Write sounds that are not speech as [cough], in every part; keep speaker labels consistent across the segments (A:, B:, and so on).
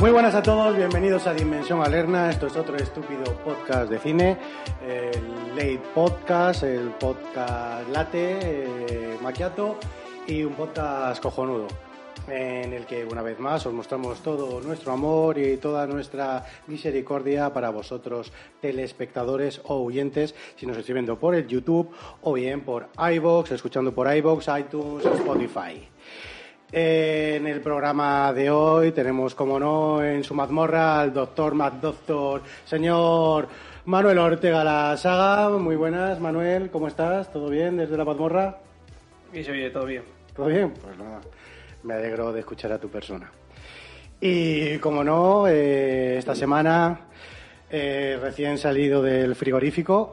A: Muy buenas a todos, bienvenidos a Dimensión Alerna. Esto es otro estúpido podcast de cine, el Late Podcast, el podcast Late, eh, Macchiato y un podcast cojonudo en el que una vez más os mostramos todo nuestro amor y toda nuestra misericordia para vosotros, telespectadores o oyentes, si nos estáis viendo por el YouTube o bien por iBox, escuchando por iBox, iTunes, Spotify. Eh, En el programa de hoy tenemos, como no, en su mazmorra al doctor Mac Doctor, señor Manuel Ortega La Saga. Muy buenas, Manuel, ¿cómo estás? ¿Todo bien desde la mazmorra?
B: Y se oye todo bien.
A: ¿Todo bien? Pues nada, me alegro de escuchar a tu persona. Y como no, eh, esta semana, eh, recién salido del frigorífico,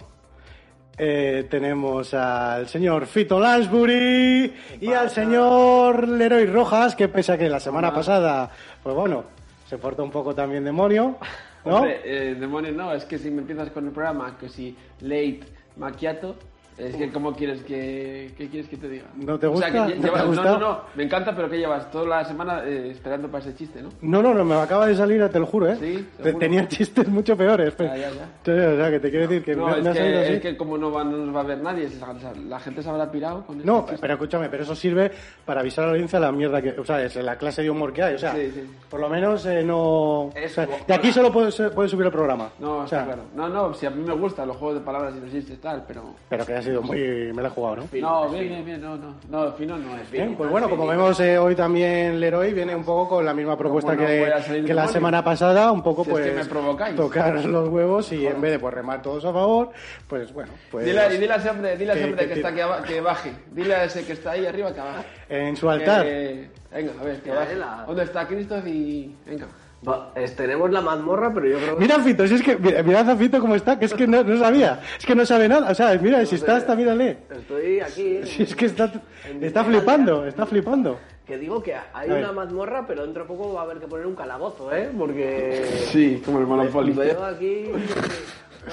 A: eh, tenemos al señor Fito Lansbury y al señor Leroy Rojas, que pese a que la semana pasada, pues bueno, se portó un poco también demonio, ¿no?
C: Hombre, eh, demonios no, es que si me empiezas con el programa, que si late macchiato, es que cómo quieres que qué quieres que te diga.
A: ¿No te
C: O sea,
A: gusta?
C: que lle-
A: ¿No te
C: llevas-
A: ha
C: no,
A: gustado?
C: no, no, me encanta, pero que llevas toda la semana eh, esperando para ese chiste, ¿no?
A: No, no, no, me acaba de salir, te lo juro, ¿eh?
C: Sí,
A: Te-
C: seguro.
A: Tenía chistes mucho peores. pero-
C: Ya, ya, ya.
A: O sea, que te quiero decir que
C: no,
A: me- me ha
C: es,
A: salido
C: que,
A: así.
C: es que como no, va- no nos va a ver nadie, se- la, la gente se habrá pirado con
A: No,
C: este chiste.
A: pero escúchame, pero eso sirve para avisar a la audiencia la mierda que. O sea, es la clase de humor que hay. O sea,
C: Sí, sí.
A: por lo menos eh, no.
C: Es
A: o sea,
C: humor.
A: de aquí solo puedes eh, puedes subir el programa.
C: No,
A: o sea,
C: está claro. No, no, si a mí me gustan los juegos de palabras y los chistes tal, pero...
A: Pero que ha sido muy. Me la he jugado, ¿no?
C: no, bien, bien, bien, no, no, no, fino no es.
A: Bien, pues bueno, como vemos eh, hoy también Leroy viene un poco con la misma propuesta
C: Como no
A: que,
C: voy a salir
A: que la
C: demonio.
A: semana pasada, un poco
C: Si es
A: pues
C: que me provocáis.
A: tocar los huevos y en vez de pues remar todos a favor, pues bueno, pues
C: Dile, y dile a ese hombre, dile a ese
A: Que-
C: hombre
A: que
C: que,
A: te-
C: está aquí aba- que baje. Dile a ese que está ahí arriba que baje.
A: en su altar.
C: Eh, venga, a ver, que
D: Ya,
C: baje.
D: la-
C: ¿Dónde está Cristo y...? Venga.
D: Va, es- tenemos la mazmorra, pero yo creo que
A: Mira a Fito, si es que mira, mirad a Fito cómo está, que es que no, no sabía, es que no sabe nada, o sea, mira, si está hasta mírale.
D: estoy aquí.
A: Si es que está,
D: En-
A: está flipando, está flipando.
D: Que digo que hay
A: A ver.
D: una mazmorra, pero dentro de poco va a haber que poner un calabozo, ¿eh? Porque...
C: Sí, como el
D: Veo aquí...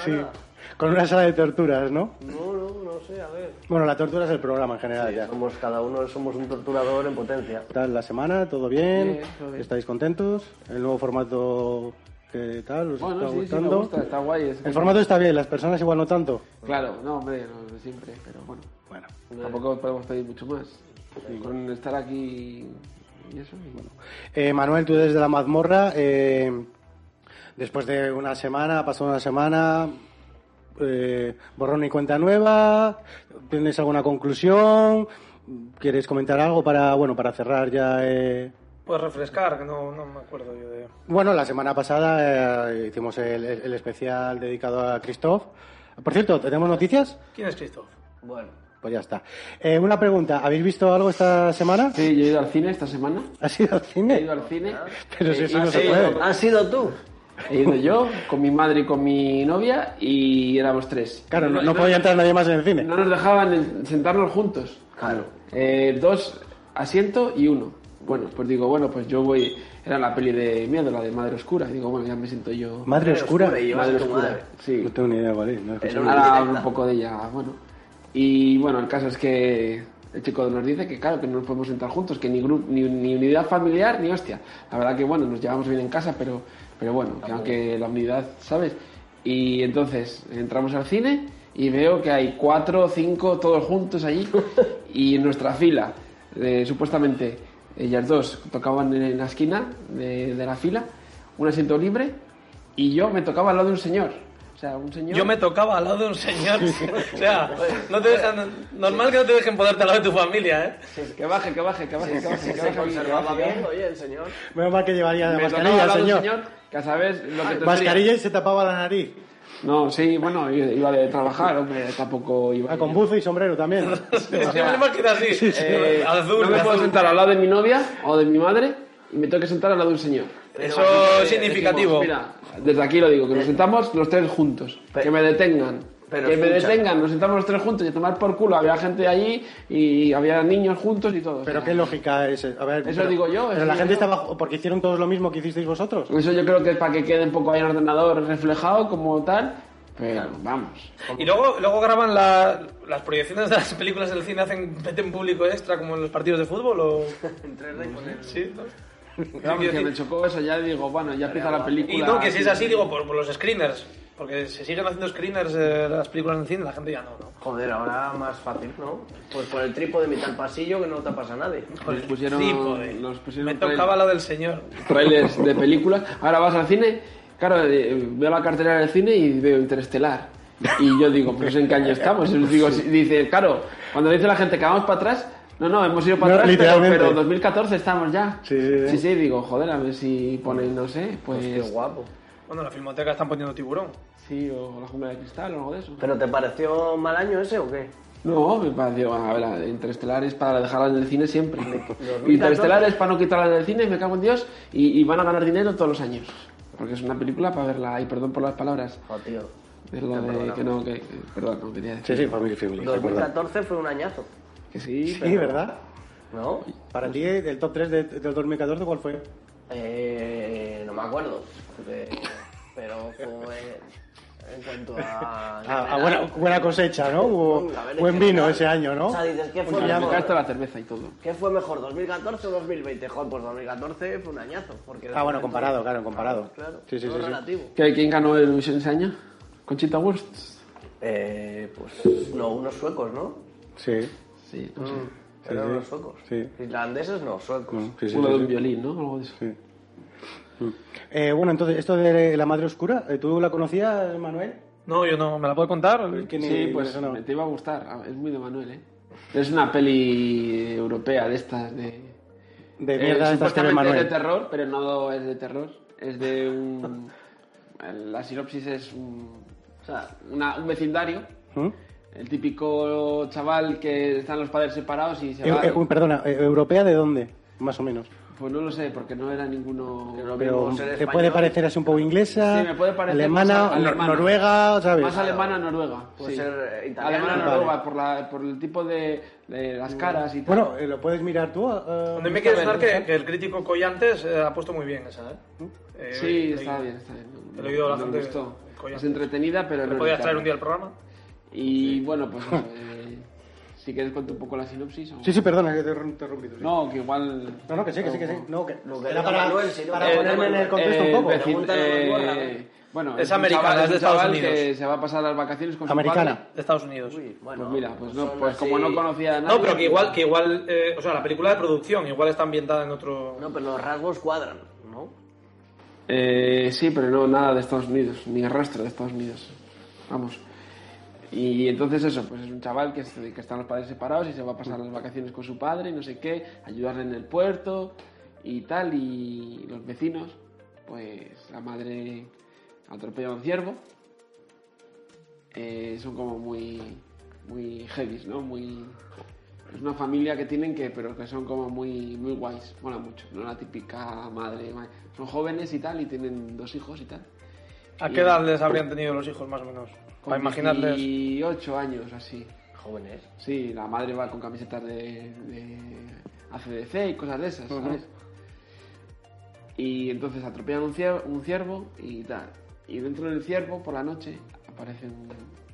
A: Sí.
D: nada.
A: Con una sala de torturas, ¿no?
D: No, no, no sé, a ver.
A: Bueno, la tortura es el programa en general ya.
D: Somos cada uno, somos un torturador en potencia.
A: ¿Qué tal la semana? ¿Todo bien?
C: Bien, todo bien.
A: ¿Estáis contentos? ¿El nuevo formato qué tal? ¿Os
C: Bueno,
A: está
C: sí, sí, me
A: gustando?
C: gusta, está guay. es-
A: El formato está bien, las personas igual no tanto.
C: Claro, no, hombre, no, no siempre, pero bueno.
A: Bueno,
C: Tampoco podemos pedir mucho más. Con estar aquí y eso, y bueno.
A: Eh, Manuel, tú desde la mazmorra, eh, después de una semana, ha pasado una semana, eh, borrón y cuenta nueva, ¿tienes alguna conclusión? ¿Quieres comentar algo para, bueno, para cerrar ya? eh?
B: Puedes Pues refrescar, que no, no me acuerdo yo de.
A: Bueno, la semana pasada eh, hicimos el, el especial dedicado a Christoph. Por cierto, ¿tenemos noticias?
B: ¿Quién es Christoph?
D: Bueno,
A: Pues ya está. Eh, una pregunta, ¿habéis visto algo esta semana?
C: Sí, yo he ido al cine esta semana.
A: ¿Ha sido al
C: He ido
A: cine?
C: al cine.
A: Pero si
C: Eh,
A: eso
C: y-
A: no se
C: sí,
A: puede.
D: ¿has sido tú?
C: He ido yo, con mi madre y con mi novia, y éramos tres.
A: Claro, no, no podía entrar nadie más en el cine.
C: No nos dejaban en- sentarnos juntos.
D: Claro.
C: Eh, dos asiento y uno. Bueno, pues digo, bueno, pues yo voy. Era la peli de miedo, la de Madre Oscura. Y digo, bueno, ya me siento yo.
A: Madre oscura.
D: oscura y yo.
C: Madre
D: tu
C: Oscura.
D: madre.
C: Sí.
A: No tengo ni idea cuál es. No he escuchado.
D: una
C: Ahora hablo
D: directa.
C: un poco de ella, bueno. Y bueno, el caso es que el chico nos dice que claro, que no nos podemos sentar juntos, que ni, grupo, ni, ni unidad familiar ni hostia. La verdad que bueno, nos llevamos bien en casa, pero, pero bueno, que aunque la unidad, ¿sabes? Y entonces entramos al cine y veo que hay cuatro o cinco todos juntos
B: [laughs]
C: allí y en nuestra fila, eh, supuestamente ellas dos tocaban en la esquina de, de la fila, un asiento libre y yo me tocaba al lado de un señor. O sea, un señor...
B: Yo me tocaba al lado de un [laughs] señor. o sea, no te dejan. Normal que no te dejen poderte al lado de tu familia, ¿eh?
C: Que baje, que baje, que baje, que baje, que
D: Se
C: baje. que
D: conservaba
C: baje, que
D: bien,
C: baje.
D: oye, el señor.
A: Eh, Menos mal que llevaría
C: Me
A: la
C: tocaba al
A: mascarilla,
C: lado del
A: señor.
C: señor, que a saber lo que tendría.
A: Mascarilla y se tapaba la nariz.
C: No, sí, bueno, iba de trabajar, hombre, tampoco iba.
A: Ah, con buzo y sombrero también.
B: [laughs] Siempre me queda así. eh, azul,
C: no me puedo
B: azul.
C: sentar al lado de mi novia o de mi madre y me tengo que sentar al lado de un señor. Eh,
B: Eso es significativo.
C: Decimos, mira, desde aquí lo digo, que nos sentamos los tres juntos. que me detengan.
B: pero
C: que me
B: escucha.
C: detengan, nos sentamos los tres juntos y a tomar por culo. Había gente allí y había niños juntos y todo. o
A: Pero
C: sea,
A: qué lógica es. esa? A ver,
C: Eso
A: pero-
C: digo yo,
A: Pero
C: eso
A: la
C: digo
A: gente
C: yo.
A: estaba. Porque hicieron todos lo mismo que hicisteis vosotros.
C: Eso yo creo que es para que quede un poco ahí en el ordenador reflejado como tal. Pero vamos.
B: Y luego, luego graban la- las proyecciones de las películas del cine, hacen meten público extra como en los partidos de
C: [laughs]
B: fútbol o.
D: En 3D con el-
B: Sí, ¿no?
C: Vamos,
B: Quiero
C: que me
B: decir-
C: chocó eso, ya digo, bueno, ya empieza la película.
B: Y no, que si es así, digo, por, por los screeners. Porque se siguen haciendo screeners eh, las películas en el cine, la gente ya no, ¿no?
D: Joder, ahora más fácil, ¿no? Pues por el trípode mitad del pasillo que no tapas a nadie.
C: Nos pusieron-
B: Trípode.
C: nos pusieron
B: Me
C: trail-
B: tocaba la del señor.
C: trailers de películas. Ahora vas al cine, claro, eh, veo la cartelera del cine y veo Interestelar. Y yo digo, pues en qué año estamos.
B: [laughs]
C: Y digo, si- dice, claro, cuando dice la gente que vamos para atrás, no, no, hemos ido para
A: No,
C: atrás, pero-
A: literalmente.
C: pero, 2014 estamos ya.
A: Sí, sí, sí.
C: digo, joder, a ver si ponen, no sé,
D: Qué
C: pues.
D: guapo.
B: Bueno, en la filmoteca están poniendo tiburón.
C: Sí, o la jungla de cristal o algo de eso.
D: ¿Pero te pareció mal año ese o qué?
C: No, me pareció, a ver, la de Interestelar es para dejarla en el cine siempre. [laughs] Interestelar es para no quitarla del cine, me cago en Dios, y, y van a ganar dinero todos los años. Porque es una película para verla, y perdón por las palabras,
D: Oh, tío.
C: es lo de que no, que, que- perdón, no quería decir.
A: Sí, sí, Family Feud.
D: 2014 fue un añazo,
C: Que sí,
A: Sí,
C: pero-
A: ¿verdad?
D: ¿no?
A: Para ti, el top 3 de, del 2014, ¿cuál fue?
D: Eh, no me acuerdo. de- pero fue en cuanto a.
A: A, a buena, buena cosecha, ¿no? Ah, Hubo
D: A ver, en
A: buen
D: general.
A: vino ese año, ¿no?
D: O sea, dices, ¿qué fue,
C: Bueno, me cae hasta
D: mejor,
C: la cerveza y todo.
D: ¿qué fue mejor, 2014 o 2020? Joder, pues 2014 fue un añazo. Porque
A: Ah, bueno, comparado, claro, comparado.
D: Claro,
A: Sí, sí,
D: todo
A: sí, sí.
D: relativo.
C: ¿Qué- ¿Quién ganó el Eurovisión ese año? Conchita Wurst.
D: Eh, pues no, unos suecos, ¿no?
A: Sí.
C: Sí, no sé.
A: Mm.
D: Eran
A: sí.
D: unos suecos.
A: Sí. Mm.
D: Islandeses no, suecos.
A: Sí, sí,
C: Uno
A: sí,
C: de
A: sí.
C: un violín, ¿no? Algo de eso.
A: Sí. Mm. Eh, bueno, entonces, esto de la madre oscura, eh, ¿tú la conocías, Manuel?
B: No, yo no. ¿Me la puedo contar?
A: Que ni-
C: Sí, pues
A: eso no.
C: me te iba a gustar. A ver, Es muy de Manuel, ¿eh? Es una peli europea de estas de...
A: De
C: Eh,
A: mierda, estas que ve
C: supuestamente es de
A: Manuel.
C: terror, pero no es de terror. Es de un... La sinopsis es un, o sea, una- un vecindario.
A: ¿Mm?
C: El típico chaval que están los padres separados y se
A: Eh,
C: va...
A: eh, uy, perdona, eh, ¿europea de dónde? Más o menos.
C: Pues no lo sé, porque no era ninguno...
A: Pero
D: ser
A: te
D: español.
A: puede parecer así un poco inglesa,
C: pues Sí, me puede parecer
A: alemana,
C: más a- alemana.
A: nor- noruega, ¿sabes?
C: Más alemana noruega.
D: Puede
C: sí.
D: ser, eh, italiana.
C: Alemana
A: Vale.
C: noruega, por, la, por el tipo de, de las caras y tal.
A: Bueno, eh, lo puedes mirar tú. eh,
B: Donde me quiere sonar que, que el crítico Collantes eh, ha puesto muy bien esa, ¿eh? Eh,
C: Sí,
B: le-
C: está bien, está bien.
B: He leído a la
C: Nos
B: gente
C: gustó.
B: con-
C: Es entretenida, pero
B: ¿Le
C: no
B: podías
C: es
B: traer
C: cara.
B: un día al programa?
C: Y
A: [laughs]
C: bueno, pues eso, eh, si quieres cuento un poco la sinopsis. o-
A: Sí, sí, perdona, que te he interrumpido. sí.
C: No, que igual...
A: No, no, que sí, que sí, que sí. No, que,
D: No, que
A: era
D: no,
A: para,
D: Manuel, si no,
A: para
D: eh,
A: ponerme en el
D: Manuel,
A: contexto
C: Eh,
A: un poco.
C: vecin-
D: Pregúntale a
C: eh,
D: Manuel Borra, ¿eh?
C: bueno,
B: Es
C: un
B: americana,
C: chaval-
B: es de
C: un chaval
B: Estados Unidos.
C: que se va a pasar las vacaciones con su
A: Americana.
C: padre.
B: De Estados Unidos.
D: Uy, bueno,
C: Pues mira, pues no,
D: son
C: pues como
D: así-
C: no conocía a nadie...
B: No, pero que igual, que igual eh, o sea, la película de producción igual está ambientada en otro...
D: No, pero los rasgos cuadran, ¿no?
C: Eh, sí, pero no nada de Estados Unidos, ni rastro de Estados Unidos. Vamos. Y entonces eso, pues es un chaval que, se- que están los padres separados y se va a pasar las vacaciones con su padre, no sé qué, ayudarle en el puerto y tal. Y los vecinos, pues la madre atropella a un ciervo. Eh, son como muy, muy heavies, ¿no? Muy... Es una familia que tienen que, pero que son como muy, muy guays, mola mucho, no la típica madre. ma- Son jóvenes y tal, y tienen dos hijos y tal.
B: ¿A qué edad les habrían tenido los hijos, más o menos? Para imaginarles...
C: 18 años así.
D: Jóvenes.
C: Sí, la madre va con camisetas de, de ACDC y cosas de esas, ¿sabes? Y entonces atropellan un ciervo, un ciervo y tal. Y dentro del ciervo, por la noche, aparece un,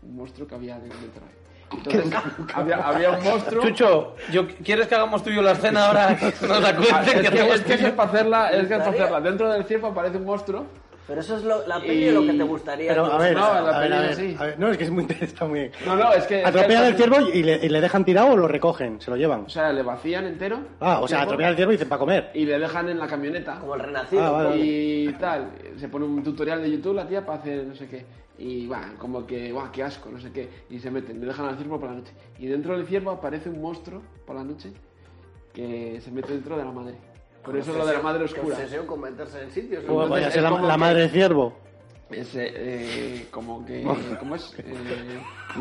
C: un monstruo que había dentro. [laughs] Entonces, había, había un monstruo...
B: Chucho, yo, ¿quieres que hagamos tuyo la
C: [laughs]
B: escena ahora? No la
C: Ah,
B: cuentes,
C: es,
B: que
C: que, [laughs]
B: hacemos
C: es que eso es
B: tuyo.
C: para hacerla, es que es para
D: Estaría-
C: hacerla. Dentro del ciervo aparece un monstruo.
D: Pero eso es lo- la peli de lo que te gustaría.
A: Pero
D: que
A: a ver,
C: No,
A: a,
C: en la
A: ver, a
C: peli
A: ver,
C: sí.
A: a ver, no, es que es muy [laughs] interesante, está muy bien.
C: No, no, es que.
A: Atropellan
C: es
A: el
C: que-
A: ciervo y le, y le dejan tirado o lo recogen, se lo llevan.
C: O sea, le vacían entero.
A: Ah, o sea,
C: ciervo,
A: atropellan el ciervo y dicen para comer.
C: Y le dejan en la camioneta.
D: Como el renacido.
A: Ah, vale, vale.
C: Y tal. Se pone un tutorial de YouTube la tía para hacer no sé qué. Y va, como que, va, qué asco, no sé qué. Y se meten, le dejan al ciervo por la noche. Y dentro del ciervo aparece un monstruo por la noche que se mete dentro de la madre. Por eso es lo de la madre
D: Qué
C: oscura.
D: obsesión con meterse en sitios.
A: O
D: ¿no?
A: Pues
C: Entonces,
A: vaya a ser
C: es
A: la,
C: como
A: la
C: que-
A: madre del ciervo.
C: Es eh, eh, como que. ¿Cómo es? Eh,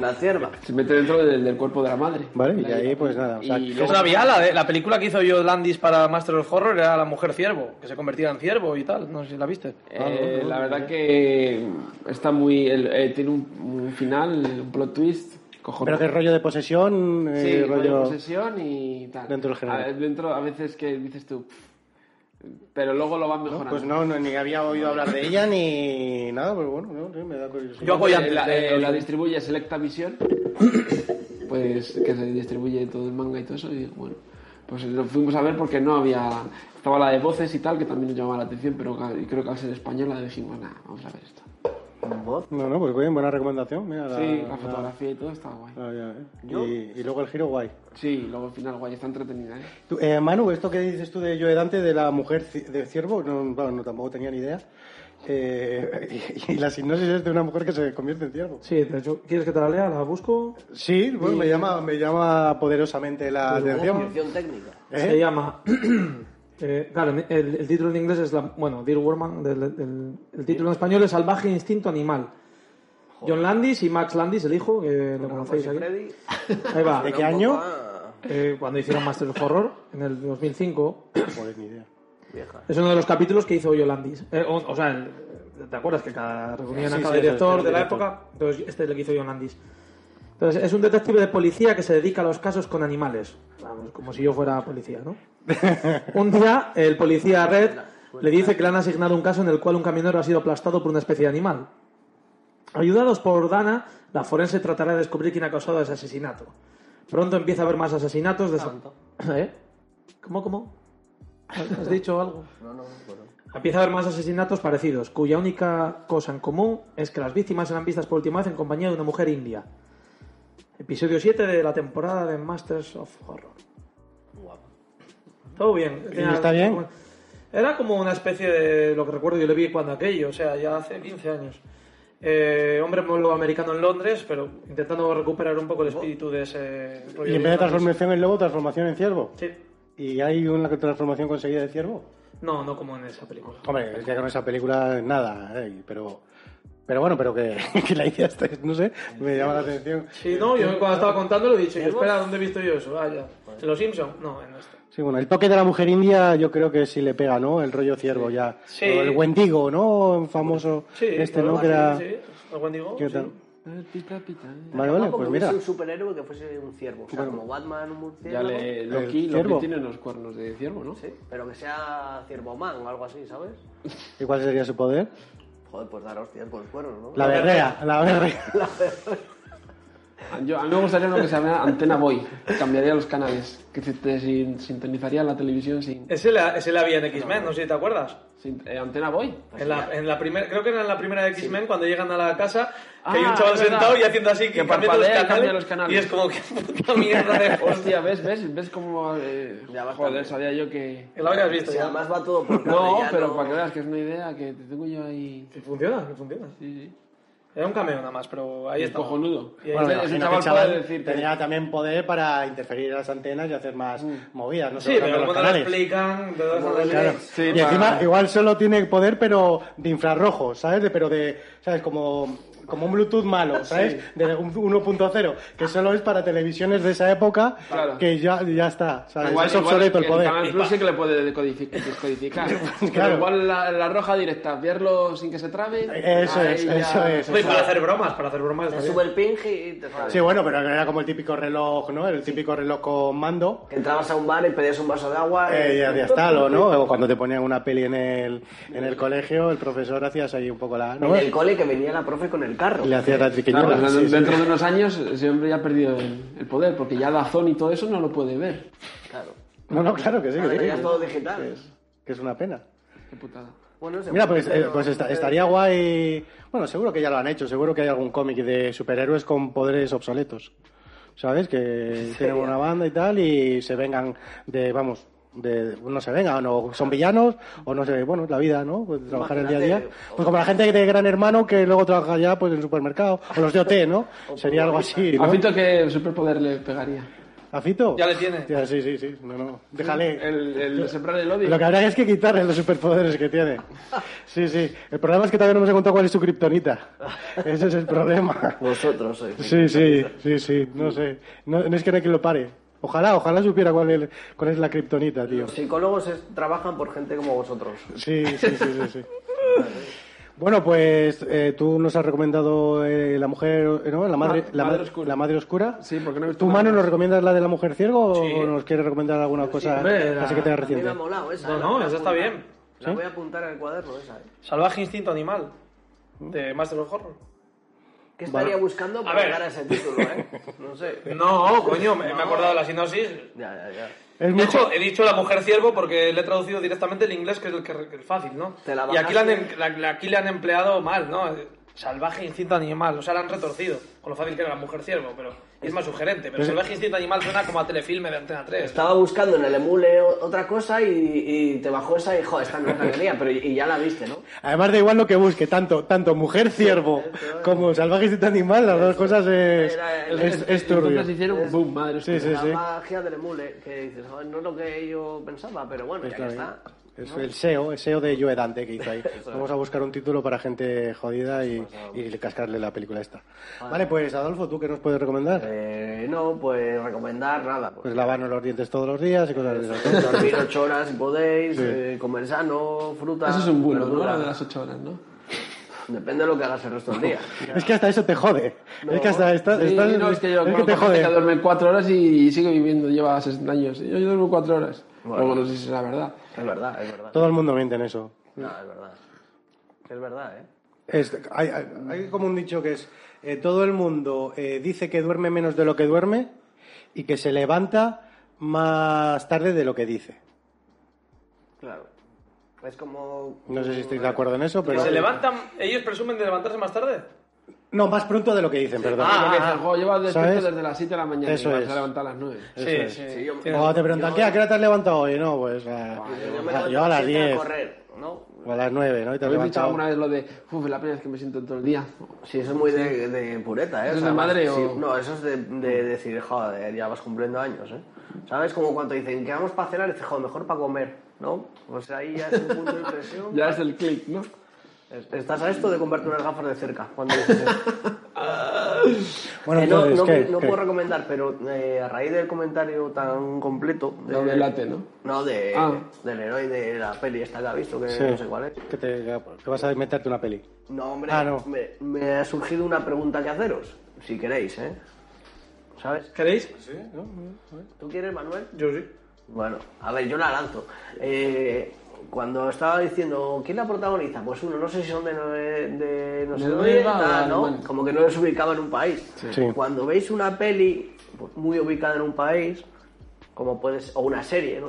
D: La cierva.
C: se mete dentro del, del cuerpo de la madre.
A: Vale, y
C: La-
A: ahí, pues, nada, o sea,
C: y
E: Yo
C: luego-
E: sabía, la, de- eh, la película que hizo yo Landis para Master of Horror era La Mujer Ciervo, que se convertía en ciervo y tal. No sé si la viste.
A: Ah,
C: Eh, la verdad que está muy. el- eh, tiene un, un final, un plot twist.
A: Pero
C: cojonudo.
A: que rollo de posesión, eh,
C: Sí, rollo
A: rollo...
C: posesión y tal.
A: Dentro del género.
C: A, ver, dentro, a veces que dices tú. "Pff", Pero luego lo van mejorando.
A: Pues no, no, ni había oído hablar de ella ni nada, pero bueno, no, sí, me da curiosidad.
E: Yo hago ya-
C: Eh, la,
E: de-
C: eh, la distribuye Selecta Visión, pues que se distribuye todo el manga y todo eso, y bueno, pues lo fuimos a ver porque no había, estaba la de voces y tal, que también nos llamaba la atención, pero ca- y creo que al ser española dijimos, nada, vamos a ver esto.
D: Voz.
A: No, no, pues bien, buena recomendación. Mira, la,
C: Sí, la
A: la-
C: fotografía y todo estaba guay.
A: la- ya, eh. y, y luego el giro guay.
C: Sí, luego al final guay, está entretenida, ¿eh?
A: Tú, eh, Manu, esto que dices tú de Joe Dante, de la mujer ci- de ciervo, no, bueno, no, tampoco tenía ni idea. Eh, [laughs] y, y la hipnosis es de una mujer que se convierte en ciervo.
B: Sí, de hecho, ¿quieres que te la lea? ¿La busco?
A: Sí, bueno, me llama, me llama poderosamente la atención.
D: Descripción técnica.
A: ¿Eh?
B: Se llama... [clears throat] eh, claro, en- el, el título en inglés es... La, bueno, Dear Woman, del- del- el título en español es Salvaje Instinto Animal. John Landis y Max Landis, el hijo, que lo conocéis
D: Pues,
B: aquí.
D: Freddy.
E: [laughs]
B: Ahí va.
A: ¿De qué ¿Este año?
D: Ah,
B: Eh, cuando hicieron Master of Horror, en el 2005,
A: Pues ni idea.
D: vieja.
B: Es uno de los capítulos que hizo Yolandis. Eh, o, o sea, el- ¿te acuerdas que cada reunían
A: Sí,
B: a cada
A: sí,
B: director
A: sí, sí,
B: de la
A: director.
B: época? Entonces, este es el que hizo Yolandis. Entonces, es un detective de policía que se dedica a los casos con animales. Vamos, como si yo fuera policía,
A: [laughs]
B: ¿no? un día, el policía Red le dice que le han asignado un caso en el cual un camionero ha sido aplastado por una especie de animal. Ayudados por Dana, la forense tratará de descubrir quién ha causado ese asesinato. Pronto empieza a haber más asesinatos. De esa- ¿Eh?
A: [laughs]
B: ¿Cómo, cómo? ¿Has dicho algo?
D: No, no, bueno.
B: Empieza a haber más asesinatos parecidos, cuya única cosa en común es que las víctimas eran vistas por última vez en compañía de una mujer india. Episodio 7 de la temporada de Masters of Horror.
D: Guapo.
B: Todo bien. Tenía-
A: está bien?
B: Era como una especie de lo que recuerdo, yo le vi cuando aquello, o sea, ya hace 15 años. Eh, hombre molo americano en Londres, pero intentando recuperar un poco el espíritu de ese rollo
A: Oh. Y en vez de
B: Londres.
A: transformación en lobo, transformación en ciervo.
B: Sí.
A: ¿Y hay una transformación conseguida de ciervo?
B: No, no como en esa película.
C: Oh,
A: Hombre, es que con esa película nada, eh, pero pero bueno, pero que, [laughs] que la idea está, no sé, me llama la atención.
B: Sí, no, yo cuando estaba contando lo he dicho. Yo, espera, ¿dónde he visto yo eso? Ah, ya. ¿En los Simpsons? No, en este.
A: Sí, bueno, el toque de la mujer india yo creo que sí le pega, ¿no? El rollo ciervo ya.
E: Sí.
A: O el Wendigo, ¿no? El famoso
B: Sí,
A: este,
B: claro,
A: ¿no? Que era...
B: Sí, sí. ¿Algo digo?
A: ¿Qué
B: Sí.
A: tal?
C: Eh, pita, pita, eh.
A: Vale, vale,
D: Como
A: pues
D: que
A: mira.
D: fuese un superhéroe que fuese un ciervo. O sea, como Batman, un
C: Ya
D: murciélago.
C: le,
A: El
C: Loki, Loki
A: ciervo.
C: tiene los cuernos de ciervo, ¿no?
D: Sí, pero que sea ciervoman o algo así, ¿sabes?
A: ¿Y cuál sería su poder?
D: Joder, pues dar hostias con los cuernos, ¿no?
A: La berrea, la berrea.
C: Yo, a mí me gustaría lo que se llama Antena Boy, cambiaría los canales, que se te sin- sintonizaría la televisión sin...
E: Ese la, ese la había en X-Men, no sé si te acuerdas.
C: sin- eh, Antena Boy.
E: En la, en la primera, creo que era en la primera de X-Men cuando llegan a la casa, que
C: Ah,
E: hay un chaval
C: es verdad.
E: sentado y haciendo así,
C: Que
E: cambiando los
C: parpadea y
E: canales,
C: cambia los canales.
E: Y es como que [laughs] puta mierda de
C: [laughs]
E: hostia.
C: Hostia, ¿ves? ¿Ves? ¿Ves cómo...? eh,
D: Ya bastante.
C: joder, sabía yo que...
E: Que lo habrías visto
D: Si
E: ya.
D: además va todo
A: [laughs]
D: por cable,
C: No,
D: ya
C: pero
D: no-
C: para que veas que es una idea que te tengo yo ahí.
B: Que funciona, que funciona.
C: Sí, sí.
E: Era un cameo nada más, pero ahí
C: Es
E: está.
C: cojonudo.
E: Y ahí
A: Bueno, me
C: es un
A: imagino que
C: chaval
A: el chaval
C: puede decirte.
A: tenía también poder para interferir en las antenas y hacer más movidas, no
E: Sí,
A: solo
E: pero
A: cambiar los
E: cuando lo
A: canales.
E: explican, te das a
A: Claro.
C: Sí,
A: y
C: para-
A: encima igual solo tiene poder pero de infrarrojo, ¿sabes? De- pero de, ¿sabes? Como, como un Bluetooth malo, ¿sabes? De un 1.0, que solo es para televisiones de esa época,
C: Claro.
A: que ya, ya está, ¿sabes?
C: Igual-
A: es
C: igual
A: obsoleto el poder.
C: Canal Plus sí que le puede
A: [laughs]
C: decodific- descodificar. Pero
A: Claro.
C: Igual la, la roja directa, verlo sin que se trabe.
A: Eso
C: ahí
A: es,
C: ya-
A: eso es.
E: Oye, para hacer bromas, para hacer bromas.
D: Te
E: está
D: sube
E: bien.
D: el ping y te sale.
A: Sí, bueno, pero era como el típico reloj, ¿no? El típico reloj con mando.
D: Que entrabas a un bar y pedías un vaso de agua.
A: Eh,
D: y-
A: ya, ya está, lo, ¿no? O cuando te ponían una peli en el, en el colegio, el profesor hacías ahí un poco la... ¿no?
D: [laughs] En el cole que venía la profe con el carro.
A: Le hacías la
C: Claro,
A: triquiñuela.
C: pero
A: sí, sí.
C: dentro de unos años ese hombre ya ha perdido el, el poder, porque ya la zona y todo eso no lo puede ver.
D: Claro.
A: No, no, claro que sí.
D: Ahora
A: que sí, que
D: ya es
A: sí.
D: todo digital.
A: Que es una pena.
C: Qué putada.
D: Bueno, se
A: Mira,
D: puede
A: pues,
D: hacer,
A: eh, pues
D: ¿no?
A: esta- estaría guay. Bueno, seguro que ya lo han hecho. Seguro que hay algún cómic de superhéroes con poderes obsoletos. ¿Sabes? Que tienen una banda y tal y se vengan de, vamos, de, no se vengan, o son villanos, o no sé, bueno, la vida, ¿no? Pues trabajar el día a día.
D: Imagínate, o-
A: Pues como la gente de Gran Hermano que luego trabaja ya pues en supermercado, o los de OT, ¿no? Sería algo así,
C: A
A: ¿no?
C: Fito que superpoder le pegaría.
A: ¿A Fito?
B: Ya le tiene.
A: Ya, sí, sí, sí. No, no. Déjale.
C: El, el sembrar el odio.
A: Lo que habrá es que quitarle los superpoderes que tiene. Sí, sí. El problema es que todavía no nos ha contado cuál es su kriptonita. Ese es el problema.
D: Vosotros sois.
A: Sí, sí, sí, sí. No sé. No, no es que no hay quien lo pare. Ojalá, ojalá supiera cuál es, cuál es la kriptonita, tío.
D: Los psicólogos es- trabajan por gente como vosotros.
A: Sí, sí, sí, sí. sí. Bueno, pues eh, tú nos has recomendado eh, la mujer, eh, ¿no? La madre,
C: Ma-
A: la,
C: Madre
A: ma-
C: Oscura.
A: la madre oscura.
C: Sí, porque no he visto
A: ¿Tu
C: nada
A: mano
C: más.
A: nos recomiendas la de la mujer ciervo
B: Sí.
A: o nos quieres recomendar alguna cosa
F: hombre, la-
A: así que te
D: A mí me
A: reciente?
D: ha molado esa.
B: No,
D: la
B: no,
D: voy a
B: esa está
D: apuntar.
B: bien.
D: La voy a apuntar al cuaderno esa. ¿eh?
B: Salvaje Instinto Animal, de Master of Horror.
D: ¿Qué estaría buscando para
B: ver.
D: llegar a ese título, eh? No sé.
B: [laughs] No, coño, me, me he acordado de la sinopsis.
D: Ya, ya, ya.
A: Es
B: De
A: muy
B: hecho, he dicho la mujer ciervo porque le he traducido directamente el inglés, que es el, que, el fácil, ¿no?
D: Te la
B: y aquí la, han,
D: bajaste.
B: em- la- la- aquí la han empleado mal, ¿no? Salvaje instinto animal, o sea, la han retorcido, con lo fácil que era la mujer ciervo, pero y es más sugerente. Pero salvaje instinto animal suena como a telefilme de Antena 3.
D: Estaba buscando en el emule o- otra cosa y, y te bajó esa y, joder, esta no es la que quería, pero y, y ya la viste, ¿no?
A: Además da igual lo que busque, tanto, tanto mujer ciervo como salvaje instinto animal, las dos cosas es,
D: Era el-
A: es, es turbio.
C: Entonces hicieron un boom, madre
A: Sí,
C: oscura.
A: sí,
D: la
A: sí.
D: magia del emule, que dices, joder, no es lo que yo pensaba, pero bueno, ya que está.
A: Pues Es el SEO, el SEO de Joe Dante que hizo ahí. Vamos a buscar un título para gente jodida y, y cascarle la película esta. Vale, pues Adolfo, ¿tú qué nos puedes recomendar?
D: Eh, no, pues recomendar nada. Pues,
A: Pues lavarnos los dientes todos los días y cosas de
D: [laughs]
A: esas.
D: dormir ocho horas si podéis, eh, comer sano, fruta.
C: Eso es un bueno, ¿no?
D: verdura.
C: Lo de las ocho horas, ¿no?
D: Depende de lo que hagas el resto del
C: [laughs]
D: día.
A: Es que hasta eso te jode. es que hasta esta-
C: Sí,
A: estás-
C: no, es que yo
A: es que
C: conozco
A: te
C: gente
A: jode.
C: que duerme cuatro horas y sigue viviendo, lleva 60 años. Yo, yo duermo cuatro horas. Pero bueno, no sé si es la verdad.
D: Es verdad, es verdad.
A: Todo el mundo miente en eso.
D: No, es verdad. Es verdad, ¿eh?
A: Es- hay, hay- hay como un dicho que es, eh, todo el mundo eh, dice que duerme menos de lo que duerme y que se levanta más tarde de lo que dice.
D: Claro. Es como...
A: No sé si estáis de acuerdo en eso,
B: Que
A: pero...
B: se levantan, ellos presumen de levantarse más tarde.
A: No, más pronto de lo que dicen, perdón.
B: Ah,
C: Lo que dices, "Jo, llevas despierto
A: ¿Sabes?
C: desde las 7 de la mañana
A: Eso
C: y vas
A: es.
C: a levantar a las 9.
B: Sí, sí.
A: Cuando te preguntan, ¿qué? ¿A qué hora te has levantado hoy? No, pues a,
D: Ah, Yo me
A: a-
D: levanto
A: yo a las
D: siete
A: 10
D: correr, ¿no?
A: o a las 9, ¿no? Y te has
C: Habéis dicho
A: levantado.
C: alguna vez lo de, uff, la primera vez que me siento en todo el día.
D: Sí, eso es muy de, de pureta, ¿eh?
C: ¿Eso es de madre
D: sí,
C: o-
D: No, eso es de, de decir, joder, ya vas cumpliendo años, ¿eh? ¿Sabes? Como cuando dicen, que vamos para cenar, y dices, joder, mejor para comer, ¿no? Pues ahí ya es un punto de presión.
C: Ya es el click,
A: Eh,
C: ¿no?
D: Estás a esto de comprarte unas gafas de cerca. Cuando dices eso.
A: [laughs] Bueno,
D: Eh, no,
A: entonces,
D: no,
A: ¿qué?
D: no
A: ¿Qué?
D: puedo recomendar, pero eh, a raíz del comentario tan completo... de-
C: Lo del late, ¿no?
D: No, de,
C: Ah.
D: del héroe de la peli esta que ha visto, que
A: Sí.
D: no sé cuál es.
A: Que te- que vas a meterte una peli. [laughs]
D: No, hombre,
A: Ah, no.
D: Me, me ha surgido una pregunta que haceros, si queréis, ¿eh? ¿Sabes?
B: ¿Queréis?
D: ¿Tú quieres, Manuel?
B: Yo sí.
D: Bueno, a ver, yo la lanzo. Eh, cuando estaba diciendo, ¿quién la protagoniza? Pues uno, no sé si son de, Nue- de no sé
C: De
D: dónde,
C: Noruega
D: tal,
C: o de
D: ¿no?
C: Alemania.
D: Como que no les ubicaba en un país.
A: Sí.
D: Cuando veis una peli pues, muy ubicada en un país, como puedes, o una serie, ¿no?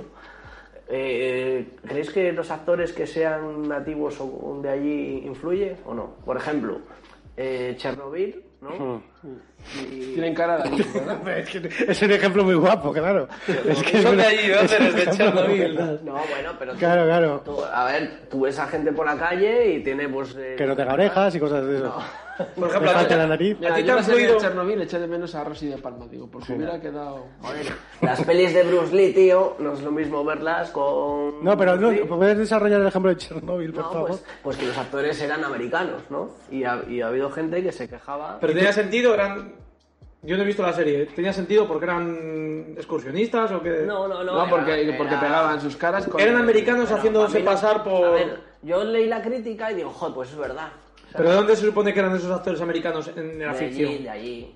D: Eh, ¿Creéis que los actores que sean nativos o de allí influye o no? Por ejemplo, eh, Chernobyl,
A: Hmm.
D: ¿no? Y-
C: Tienen cara de allí, [laughs] ¿verdad?
A: Es, que es un ejemplo muy guapo,
D: [laughs]
A: claro. Es que [laughs] es
B: Son de
A: una-
B: allí, ¿dónde eres? De Chernobyl.
D: No, bueno, pero tú-
A: Claro, claro.
D: tú- a ver, tú ves a gente por la calle y tiene pues... eh,
A: Que no tenga orejas y cosas de eso.
B: Por
A: Me
B: ejemplo,
A: falta la
B: a ti-
A: nariz.
C: Mira,
B: ti te
C: yo
B: han
C: la serie de
B: influido-
C: Chernobyl eché de menos a Rosy de Palma, digo, porque hubiera quedado...
D: joder, Las pelis de Bruce Lee, tío, no es lo mismo verlas con...
A: No, pero
D: Bruce
A: no,
D: Lee.
A: puedes desarrollar el ejemplo de Chernobyl, por
D: No,
A: favor.
D: pues, pues que los actores eran americanos, ¿no? Y ha, y ha habido gente que se quejaba...
F: Pero tenía sentido, eran. Yo no he visto la serie. ¿Tenía sentido porque eran excursionistas o que.?
D: No, no, no.
C: No,
D: era-
C: porque, porque
D: era-
C: pegaban sus caras con...
F: Eran americanos
D: Pero
F: haciéndose
D: a mí no-
F: pasar por.
D: a ver, yo leí la crítica y digo, joder, pues es verdad.
F: ¿Pero de dónde se supone que eran esos actores americanos en la
D: de
F: ficción?
D: allí, de allí,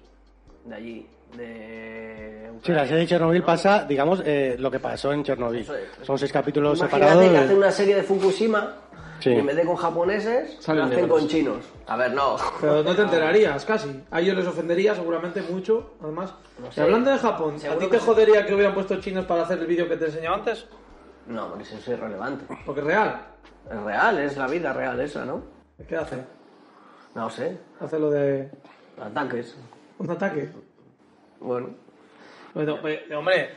D: de allí, de...
A: Sí, la serie de Chernobyl pasa, digamos, eh, lo que pasó en Chernobyl.
D: Eso es.
A: Son seis capítulos
D: Imagínate que
A: separados.
D: hacen una serie de Fukushima
A: Sí.
D: y en vez de con japoneses,
C: Salen
D: la hacen
C: negros.
D: con chinos. A ver, no. [laughs]
F: Pero no te
D: Ah.
F: enterarías, casi. A ellos les ofendería seguramente mucho, además.
D: sé.
F: Y hablando de Japón, ¿a
D: Seguro
F: ti
D: que
F: te
D: sí.
F: jodería que hubieran puesto chinos para hacer el vídeo que te he enseñado antes?
D: No, porque eso es irrelevante.
F: Porque es real.
D: Es real, es la vida real esa, ¿no?
F: ¿Qué hace?
D: No sé,
F: Hace lo de
D: ataques.
F: un ataque.
D: Bueno,
B: Bueno, pues, hombre,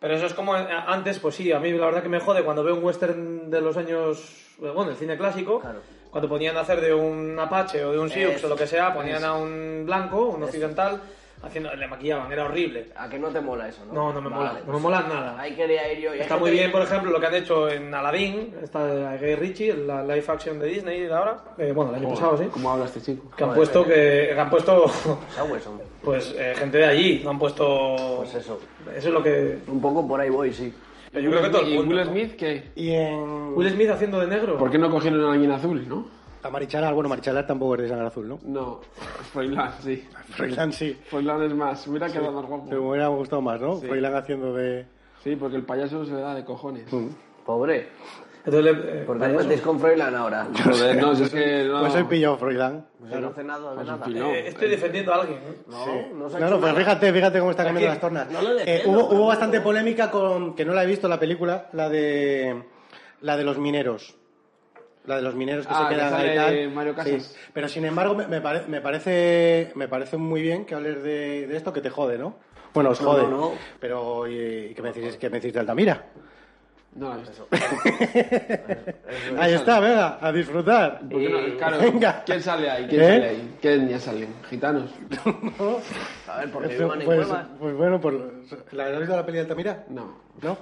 B: pero eso es como eh, antes, pues sí, a mí la verdad que me jode cuando veo un western de los años, eh, bueno, del cine clásico,
D: Claro.
B: cuando ponían a hacer de un apache o de un sioux
D: Eso,
B: o lo que sea, ponían a un blanco, un occidental, haciendo, le maquillaban, era horrible.
D: A que no te mola eso, ¿no?
B: No, no me
D: Vale,
B: mola, no me
D: pues,
B: mola nada.
D: Ahí quería ir yo. y hay
B: Está muy
D: gente-
B: bien, por ejemplo, lo que han hecho en Aladdin, esta de la Gay Ritchie, la live action de Disney de ahora, eh, bueno, el año pasado, sí,
C: ¿Cómo habla este chico?
B: que han puesto, que, que han puesto [laughs]
D: Ah, pues, hombre,
B: pues eh, gente de allí, no han puesto...
D: pues eso.
B: Eso es lo que...
D: Un poco por ahí voy, sí.
B: Yo creo que todo el
C: ¿Y
B: mundo,
C: Will
B: ¿no?
C: Smith qué?
A: Y en.
B: Will Smith haciendo de negro.
C: ¿Por qué no cogieron a alguien azul, no?
A: A Marichalar, bueno, Marichalar tampoco es de sangre azul, ¿no? [laughs]
C: No, Froilán, sí.
A: Froilán sí.
C: Froilán es más, hubiera quedado más guapo.
A: Pero me hubiera gustado más, ¿no? Froilán haciendo de.
C: Sí, porque el payaso se le da de cojones.
D: Pobre.
B: Entonces, le- eh,
D: ¿Por qué
B: vaya,
D: os metéis con
A: [laughs]
D: Froilán ahora?
C: Joder, no, yo es que no.
A: Pues he pillado Froilán.
D: Yo no hace nada de
C: Pues un
D: nada.
C: pilón.
D: Eh,
B: eh, estoy defendiendo a alguien. ¿eh?
D: No, no se ha
A: No,
D: hecho
A: no, pues
D: nada.
A: fíjate, fíjate cómo está cambiando las
B: Aquí,
A: tornas.
D: no lo
A: Eh,
D: defiendo,
A: hubo, hubo
D: tampoco.
A: bastante polémica con que no la he visto la película, la de la de los mineros. La de los mineros que
C: Ah,
A: se
C: que
A: quedan
C: sale
A: ahí tal.
C: Mario
A: Sí.
C: Casas.
A: Pero sin embargo, me, me pare- me parece me parece muy bien que hables de, de esto que te jode, ¿no? Bueno, os
D: No,
A: jode.
D: no, no.
A: Pero ¿y qué me decís, qué me decís de Altamira?
C: No, la he visto.
A: Ahí está, venga, a disfrutar.
C: ¿Por qué no? Claro,
A: Venga.
C: ¿quién sale ahí? ¿Quién
A: ¿Eh?
C: sale ahí? ¿Qué etnia salen? ¿Gitanos?
D: A ver, porque
A: Eso,
D: vivan en
A: pues,
D: cuevas.
A: pues bueno, por, ¿la has visto la peli de Altamira?
C: No,
A: ¿No?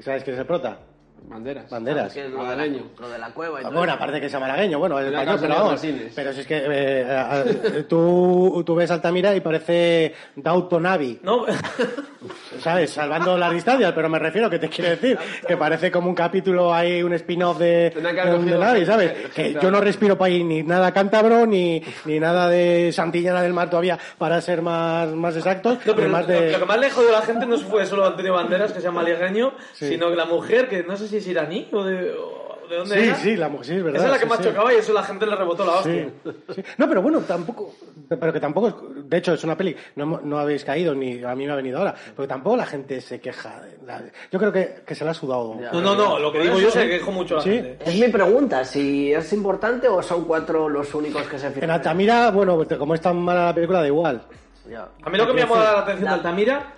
A: ¿Sabes quién es el prota?
C: banderas.
A: Banderas.
D: Ah, Que es lo, de la,
C: Malagueño.
D: lo de la cueva y
A: Ah,
D: todo.
A: Bueno, aparte que sea malagueño, bueno, es
C: Mira,
A: español,
C: claro,
A: pero
C: sería
A: vamos.
C: Brasiles.
A: Pero si es que eh, a- a- tú, tú ves Altamira y parece Dautonavi,
B: No, [laughs]
A: ¿sabes? Salvando las distancias, pero me refiero que te quiero decir que parece como un capítulo ahí, un spin-off de,
C: Tendrá que
A: de
C: haber
A: un- de
C: cogido
A: Navi,
C: gente-
A: ¿sabes?
C: gente
A: Que
C: ahí.
A: yo no respiro para ahí ni nada cántabro ni, ni nada de Santillana del Mar todavía, para ser más, más exactos.
B: No, pero
A: ni más
B: lo,
A: de-
B: lo que más le jodió a la gente no fue solo Antonio Banderas, que se llama malagueño, sino que la mujer, que no sé si es iraní o de, o de dónde
A: Sí,
B: era.
A: sí, la mujer, sí, es verdad.
B: Esa es la que
A: sí,
B: más
A: sí.
B: chocaba y eso la gente le rebotó la hostia.
A: Sí, sí. No, pero bueno, tampoco. Pero que tampoco. es- De hecho, es una peli. No, hemos- no habéis caído, ni a mí me ha venido ahora. Pero tampoco la gente se queja. de la- yo creo que, que se la ha sudado.
D: Ya.
B: No, no, no, lo que digo yo
D: Eso
B: se
D: sí.
B: quejó mucho la
A: Sí.
B: gente.
D: Es mi pregunta, si es importante o son cuatro los únicos que se
A: En
D: fijan.
A: Altamira, bueno, pues como es tan mala la película, da igual.
D: Ya.
B: A mí lo que me llamó la atención de Altamira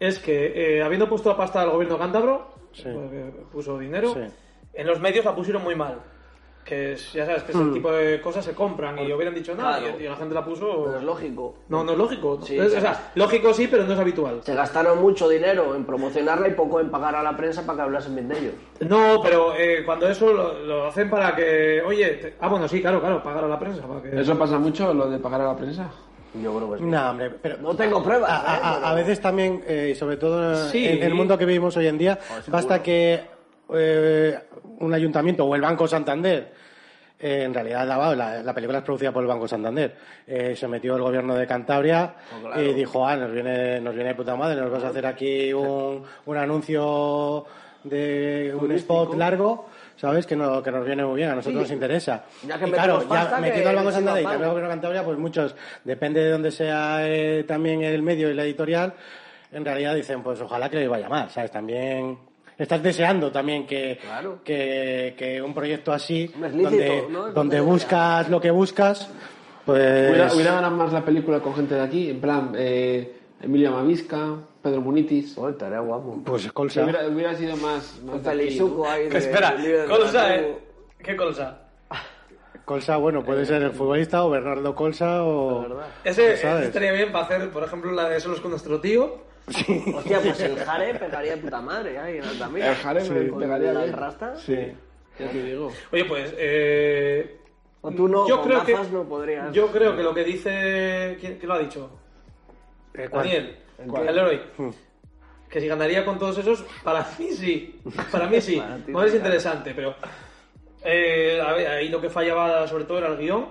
B: es que, eh, habiendo puesto la pasta al gobierno cántabro,
A: Sí.
B: porque puso dinero,
A: Sí.
B: en los medios la pusieron muy mal. Que es- ya sabes que ese
A: Mm.
B: tipo de cosas se compran y hubieran dicho nada
D: Claro.
B: y, y la gente la puso.
D: Pero es lógico.
B: No, no es lógico.
D: Sí,
B: Es- o
D: sí.
B: sea, lógico sí, pero no es habitual.
D: Se gastaron mucho dinero en promocionarla y poco en pagar a la prensa para que hablasen bien de ellos.
B: No, pero eh, cuando eso lo, lo hacen para que. Oye, te- ah, bueno, sí, claro, claro, pagar a la prensa. Para que...
C: ¿Eso pasa mucho, lo de pagar a la prensa?
D: Yo creo que sí.
A: No, hombre, pero.
D: No tengo pruebas.
A: pues A, a-
D: ¿eh?
A: a- a veces también, eh, y sobre todo
B: Sí.
A: en el mundo que vivimos hoy en día,
D: seguro.
A: basta que eh, un ayuntamiento o el Banco Santander, eh, en realidad la, la- la película es producida por el Banco Santander, eh, se metió el gobierno de Cantabria
D: Oh,
A: y dijo, ah, nos viene, nos viene de puta madre, nos vas a hacer aquí un, un anuncio de un spot largo. ¿Sabes? Que, no, que nos viene muy bien, a nosotros nos interesa.
D: Ya que
A: y claro,
D: metemos
A: ya
D: pasta,
A: metido
D: que
A: al Banco
D: reciban
A: Santander y
D: pago.
A: también Creo que en Cantabria, pues muchos, depende de dónde sea eh, también el medio y la editorial, en realidad dicen, pues ojalá que le vaya mal, ¿sabes? También estás deseando también que,
D: Claro.
A: que, que un proyecto así,
D: Hombre, es lícito,
A: donde,
D: ¿no? Es
A: donde
D: donde-
A: buscas lo que buscas, pues...
C: Hubiera, hubiera ganado más la película con gente de aquí, en plan, eh, Emilio Mavisca, Pedro Munitis.
D: Joder, estaría guapo.
A: Pues
C: Si
A: Colsa.
C: Hubiera, hubiera sido más. más
D: Un
C: de aquí, ¿no?
D: pelisuco ahí. de-
B: Espera,
D: de líder de
B: colsa,
D: la
B: ¿eh? ¿Qué colsa?
A: Colsa, bueno, puede ser el futbolista o Bernardo Colsa o...
D: verdad.
B: Ese,
A: Lo sabes.
B: ese estaría bien para hacer, por ejemplo, la de Solos con nuestro tío.
D: tribu. Hostia, pues el Jare pegaría de puta madre ahí en Altamira.
C: El Jare me
D: Con
C: pegaría
D: el
C: bien.
D: rasta.
A: Sí.
C: Ya te digo.
B: Oye, pues. Eh,
D: O tú no,
B: yo
D: con
B: creo que
D: gafas no podrías.
B: Yo creo que lo que dice. ¿Quién, quién lo ha dicho?
A: cuál?
B: Daniel. El Leroy.
D: Hmm.
B: Que si ganaría con todos esos, para mí sí. Para
D: [laughs]
B: mí sí.
D: Para ti
B: no es
D: sí,
B: interesante, pero. eh, a ver, ahí lo que fallaba sobre todo era el guión.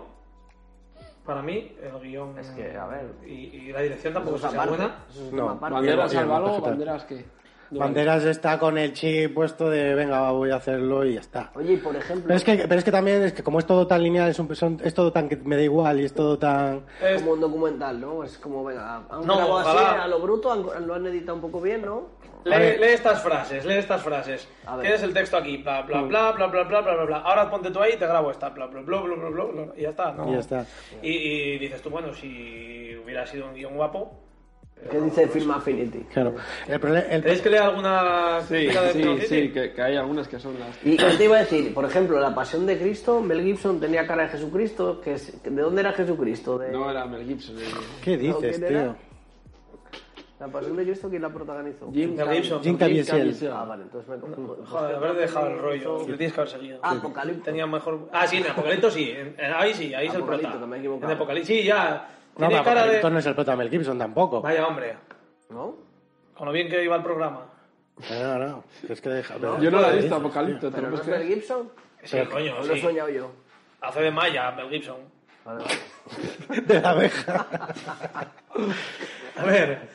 B: Para mí, el guión.
D: Es que, a ver.
B: Y, y la dirección tampoco
D: Eso
B: es
D: es
B: que sea
D: aparte,
B: buena.
D: eso es un
A: No,
D: tema aparte.
C: ¿Banderas
A: Bien,
C: salva algo?
A: perfecto.
C: ¿Banderas qué? No,
A: Banderas está con el chip puesto de, venga, voy a hacerlo y ya está.
D: Oye, y por ejemplo,
A: Pero es, que, pero es que también, es que como es todo tan lineal, es, un- son- es todo tan que me da igual y es todo tan...
D: es como un documental, ¿no? Es como, venga, han
B: No,
D: grabado así
B: ojalá.
D: a lo bruto, han- lo han editado un poco bien, ¿no?
B: Lee, lee estas frases, lee estas frases.
D: A ver. Hmm.
B: Tienes el texto aquí, bla, bla, bla, bla, bla, bla, bla, bla, bla. Ahora ponte tú ahí y te grabo esta, bla, bla, bla, bla, bla, bla, bla, y ya está. ¿no?
A: Y ya está.
B: Y, y dices tú, bueno, si hubiera sido un guión guapo, eh,
D: ¿Qué dice Film Affinity?
A: Claro. El prole- el-
B: ¿Tenéis que leer alguna
C: Sí,
B: crítica de Film
C: sí,
B: City?
C: sí, que, que hay algunas que son las...
D: Y yo te iba a decir, por ejemplo, La Pasión de Cristo, Mel Gibson tenía cara de Jesucristo. Que es- ¿De dónde era Jesucristo? De,
C: No era Mel Gibson. eh. era-
A: ¿Qué dices,
D: ¿Quién era?
A: tío?
D: ¿La Pasión de Cristo quién la protagonizó?
B: Mel Gibson.
A: Jim Caviezel.
D: Ah, vale, entonces me confundo.
B: Joder, haber dejado el rollo. Lo tienes que haber seguido.
D: Ah, Apocalipto.
B: Tenía mejor. Ah, sí, en Apocalipto sí. en- en- ahí sí, ahí es el
D: Apocalipto,
B: prota.
D: que me he
B: en
D: equivocado.
B: Apocalipto sí, ya.
A: No,
B: Tiene
A: pero
B: cara
A: Apocalipto
B: de.
A: no es el prota de Mel Gibson tampoco.
B: Vaya hombre,
D: ¿No?
B: con lo bien que iba el programa.
A: No, no, es que deja...
C: Yo no la he visto, Apocalipto. te
D: ¿Pero
C: lo
D: no
C: puedes
D: es Mel
C: creer.
D: Gibson?
B: Sí, coño,
D: ¿O lo he
B: sí.
D: soñado yo?
B: Hace de Maya, Mel Gibson.
D: Vale,
A: De la abeja.
B: A ver,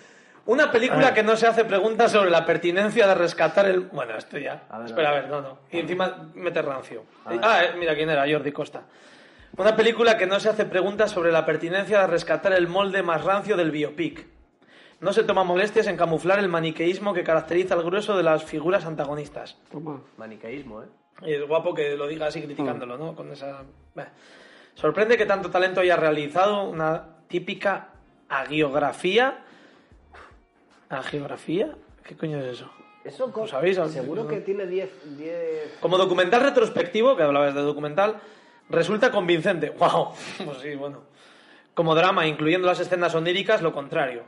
B: una película que no se hace preguntas sobre la pertinencia de rescatar el. Bueno, esto ya.
D: A ver,
B: Espera,
D: a
B: a ver, no, no. Y encima mete rancio. Ah, eh, mira quién era, Jordi Costa. Una película que no se hace preguntas sobre la pertinencia de rescatar el molde más rancio del biopic. No se toma molestias en camuflar el maniqueísmo que caracteriza al grueso de las figuras antagonistas.
C: Toma.
D: Maniqueísmo, ¿eh?
B: Y es guapo que lo diga así criticándolo,
A: Hmm.
B: ¿no? Con esa. Bah. Sorprende que tanto talento haya realizado una típica agiografía. ¿Agiografía? ¿Qué coño es eso?
D: Eso co-
B: ¿Lo sabéis?
D: Seguro que tiene 10... 10...
B: Como documental retrospectivo, que hablabas de documental, resulta convincente. [laughs] ¡Wow! Pues sí, bueno. Como drama, incluyendo las escenas oníricas, lo contrario.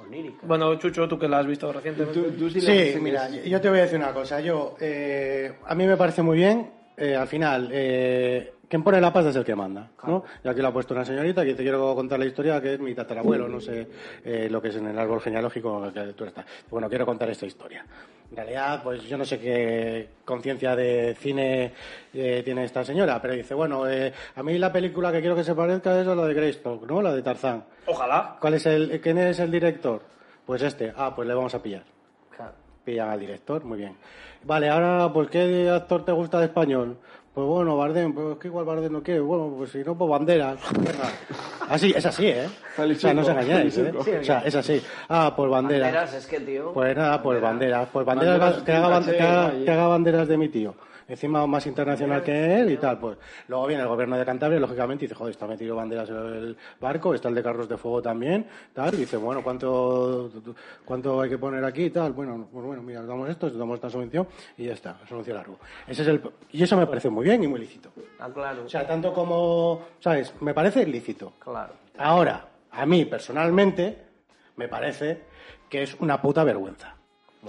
D: Onírica.
B: Bueno, Chucho, tú que la has visto
C: Tú,
B: recientemente.
C: tú sí, la
A: Sí,
C: dices,
A: mira,
C: sí.
A: yo te voy a decir una cosa. Yo, eh, a mí me parece muy bien, eh, al final, eh, quien pone la paz es el que manda, ¿no? Y aquí lo ha puesto una señorita que te quiero contar la historia, que es mi tatarabuelo, no sé eh, lo que es en el árbol genealógico que tú estás. Bueno, quiero contar esta historia. En realidad, pues yo no sé qué conciencia de cine eh, tiene esta señora, pero dice, bueno, eh, a mí la película que quiero que se parezca es a la de Greystock, ¿no? La de Tarzán.
B: Ojalá.
A: ¿Cuál es el, quién es el director? Pues este. Ah, pues le vamos a pillar.
D: Claro.
A: Pillan al director, muy bien. Vale, ahora, pues, ¿qué actor te gusta de español? Pues bueno, Bardem, pues que igual Bardem no quiere. Bueno, pues si no, pues Banderas. Venga. Así, es así, ¿eh? o
C: Feliciuco,
A: sea, no os engañáis, ¿eh?
C: Feliciuco.
A: o sea, es así. Ah, pues Banderas.
D: Banderas, es que, tío...
A: Pues nada, pues Banderas. Pues Banderas,
C: Banderas,
A: que, haga, ban-
C: sí,
A: que haga-
C: ahí.
A: que haga Banderas de mi tío. Encima más internacional que él y tal, pues. Luego viene el gobierno de Cantabria, lógicamente, y dice, joder, está metido banderas en el barco, está el de carros de fuego también, tal, y dice, bueno, ¿cuánto, cuánto hay que poner aquí y tal? Bueno, pues bueno, mira, damos esto, damos esta subvención y ya está, anuncio largo. Ese es el, y eso me parece muy bien y muy lícito.
D: Ah, claro.
A: O sea, tanto como, ¿sabes? Me parece lícito.
D: Claro.
A: Ahora, a mí personalmente, me parece que es una puta vergüenza.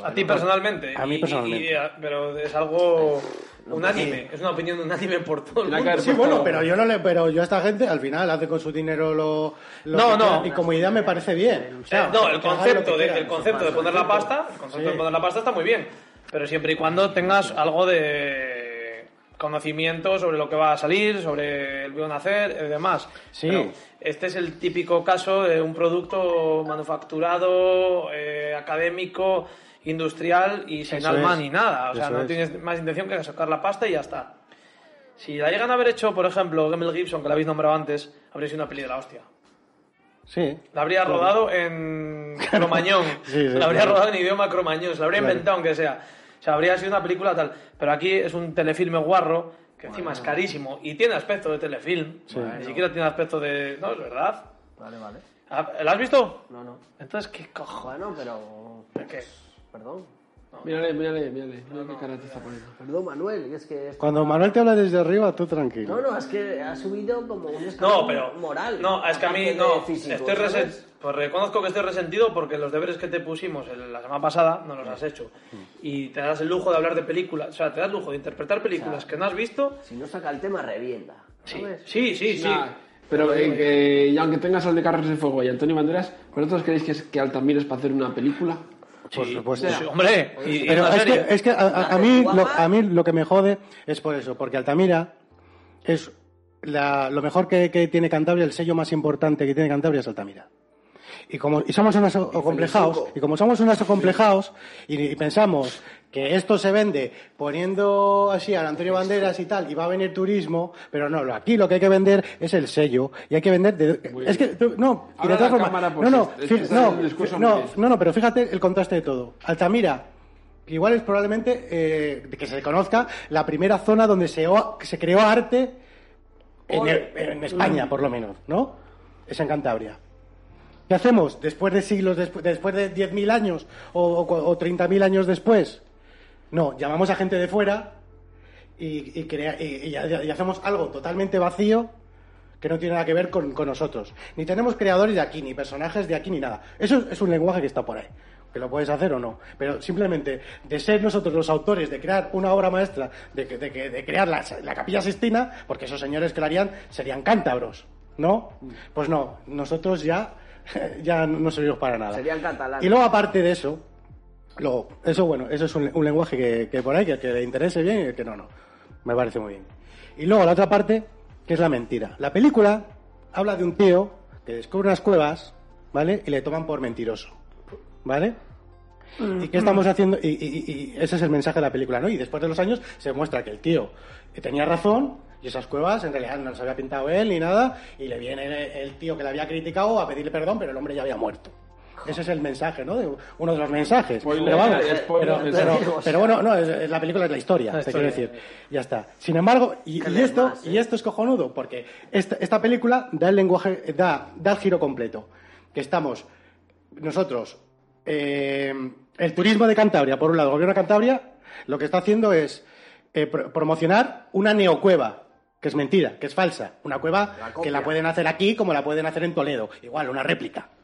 B: a ti personalmente.
A: a mí
B: y- y-
A: personalmente.
B: y a- pero es algo unánime. Es una opinión unánime por todo el
C: Tendrá que
B: mundo.
C: haber
A: Sí,
C: puesto-
A: bueno, pero yo no le, pero yo a esta gente al final hace con su dinero lo, lo
B: No,
A: que
B: no.
A: quiera, y como idea me parece bien. O sea,
B: Eh, no, el
A: que hagan lo que
B: concepto, de,
A: quieran.
B: el concepto de poner la pasta, el concepto de poner la pasta está muy bien, pero siempre y cuando tengas algo de conocimiento sobre lo que va a salir, sobre el guión a hacer y demás.
A: Sí.
B: Pero este es el típico caso de un producto manufacturado, eh, académico, industrial y sin
A: Eso
B: alma
A: es.
B: ni nada. O sea,
A: Eso
B: no
A: es.
B: tienes más intención que sacar la pasta y ya está. Si la llegan a haber hecho, por ejemplo, Mel Gibson, que la habéis nombrado antes, habría sido una peli de la hostia.
A: Sí.
B: La habría rodado en
A: [laughs]
B: cromañón.
A: Sí, sí,
B: la habría
A: claro.
B: rodado en idioma cromañón. Se la habría
A: Claro.
B: inventado, aunque sea. O sea, habría sido una película tal. Pero aquí es un telefilme guarro, que encima es carísimo. Y tiene aspecto de telefilm. Ni siquiera tiene aspecto de. No, es verdad.
D: Vale, vale.
B: Ah, ¿La has visto?
D: No, no.
B: Entonces, ¿qué cojo?
D: Bueno, pero...
B: ¿Qué?
D: Perdón.
C: Mírale, mírale, mírale. Mira qué cara te está poniendo.
D: Perdón, Manuel, es que... esto-
A: Cuando Manuel te habla desde arriba, tú tranquilo.
D: No, no, es que ha subido como un escalón
B: No, pero.
D: moral.
B: No, es que a mí
D: aparte de
B: no.
D: físico,
B: estoy
D: ¿sabes?
B: resen- Pues reconozco que estoy resentido porque los deberes que te pusimos el- la semana pasada no los has hecho.
A: Mm.
B: Y te das el lujo de hablar de películas. O sea, te das el lujo de interpretar películas que no has visto.
D: Si no saca el tema, revienta.
B: Sí,
D: ¿sabes?
B: sí, sí. sí.
C: Nah, pero en que- y aunque tengas al de Carros de Fuego y Antonio Banderas, ¿vosotros creéis que, es, que Altamira es para hacer una película?
A: Por supuesto.
B: Sí, hombre, y- y
A: Pero
B: una
A: es
B: serie.
A: que, es que a, a- a mí lo, a mí lo que me jode es por eso, porque Altamira es la- lo mejor que, que tiene Cantabria, el sello más importante que tiene Cantabria es Altamira. Y como y somos unos acomplejados, y como somos unos acomplejados, y, y pensamos que esto se vende poniendo así a Antonio Banderas y tal, y va a venir turismo, pero no, lo- aquí lo que hay que vender es el sello, y hay que vender de- es que, tú- no, y
C: Habla
A: de todas
C: la
A: formas-
C: cámara,
A: no,
C: porque
A: no,
C: es- es
A: fi-
C: que sale
A: no,
C: un discurso
A: no,
C: muy bien.
A: no, no, pero fíjate el contraste de todo. Altamira, que igual es probablemente, eh, que se conozca, la primera zona donde se, o- se creó arte en, en España, por lo menos, ¿no? Es en Cantabria. ¿Qué hacemos después de siglos, despu- después de 10.000 años o, o, cua- o 30.000 años después? No, llamamos a gente de fuera y, y crea- y- y- y hacemos algo totalmente vacío que no tiene nada que ver con, con nosotros. Ni tenemos creadores de aquí, ni personajes de aquí, ni nada. Eso es un lenguaje que está por ahí. Que lo puedes hacer o no. Pero simplemente de ser nosotros los autores, de crear una obra maestra, de, que- de que- de crear la, la Capilla Sistina, porque esos señores que lo harían serían cántabros, ¿no?
D: Mm.
A: Pues no, nosotros ya, [laughs] ya no servimos para nada.
D: Serían catalanes.
A: Y luego, aparte de eso, luego, eso bueno, eso es un, un lenguaje que, que por ahí, que, que le interese bien y el que no, no. Me parece muy bien. Y luego la otra parte, que es la mentira. La película habla de un tío que descubre unas cuevas, ¿vale? Y le toman por mentiroso, ¿vale? ¿Y
B: Mm.
A: qué estamos haciendo? Y, y- y- y ese es el mensaje de la película, ¿no? Y después de los años se muestra que el tío tenía razón y esas cuevas en realidad no las había pintado él ni nada y le viene el tío que le había criticado a pedirle perdón, pero el hombre ya había muerto. Ese es el mensaje, ¿no? De- uno de los mensajes.
C: Spoiler, eh,
A: pero, vamos,
C: spoiler,
A: pero-
C: spoiler.
A: pero- pero bueno, no, es- es la película es la historia,
B: La
A: te quiero
B: historia.
A: decir. Ya está. Sin embargo, y,
D: Que
A: y
D: leer
A: esto,
D: más, ¿eh?
A: y esto es cojonudo, porque esta, esta película da el lenguaje, da, da el giro completo. Que estamos nosotros, eh, el turismo de Cantabria, por un lado, el gobierno de Cantabria, lo que está haciendo es eh, pro- promocionar una neocueva, que es mentira, que es falsa. Una cueva
D: La copia.
A: que la pueden hacer aquí como la pueden hacer en Toledo. Igual, una réplica. [laughs]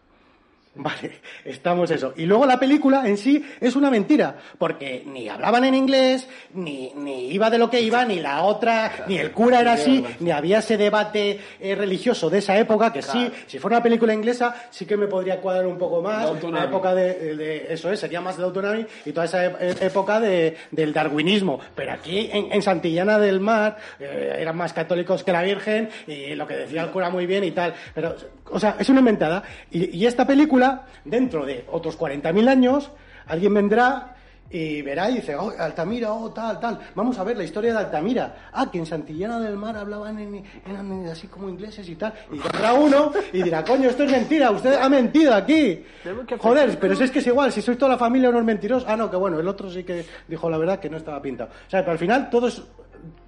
A: Vale, estamos eso. Y luego la película en sí es una mentira, porque ni hablaban en inglés, ni, ni iba de lo que iba, ni la otra, ni el cura era así, ni había ese debate eh, religioso de esa época, que sí, si fuera una película inglesa, sí que me podría cuadrar un poco más.
C: De Autonami.
A: La época de, de- eso es, sería más de Autonami y toda esa e- época de- del darwinismo. Pero aquí en, en Santillana del Mar eh, eran más católicos que la Virgen y lo que decía el cura muy bien y tal. Pero, o sea, es una inventada. Y, y esta película, dentro de otros 40.000 años, alguien vendrá y verá y dice, oh, Altamira, oh, tal, tal. Vamos a ver la historia de Altamira. Ah, que en Santillana del Mar hablaban en- eran así como ingleses y tal. Y vendrá uno y dirá, coño, esto es mentira, usted ha mentido aquí.
D: Tenemos que
A: Joder,
D: hacer-
A: pero si es que es igual, si sois toda la familia unos mentirosos. Ah, no, que bueno, el otro sí que dijo la verdad que no estaba pintado. O sea, pero al final todo es-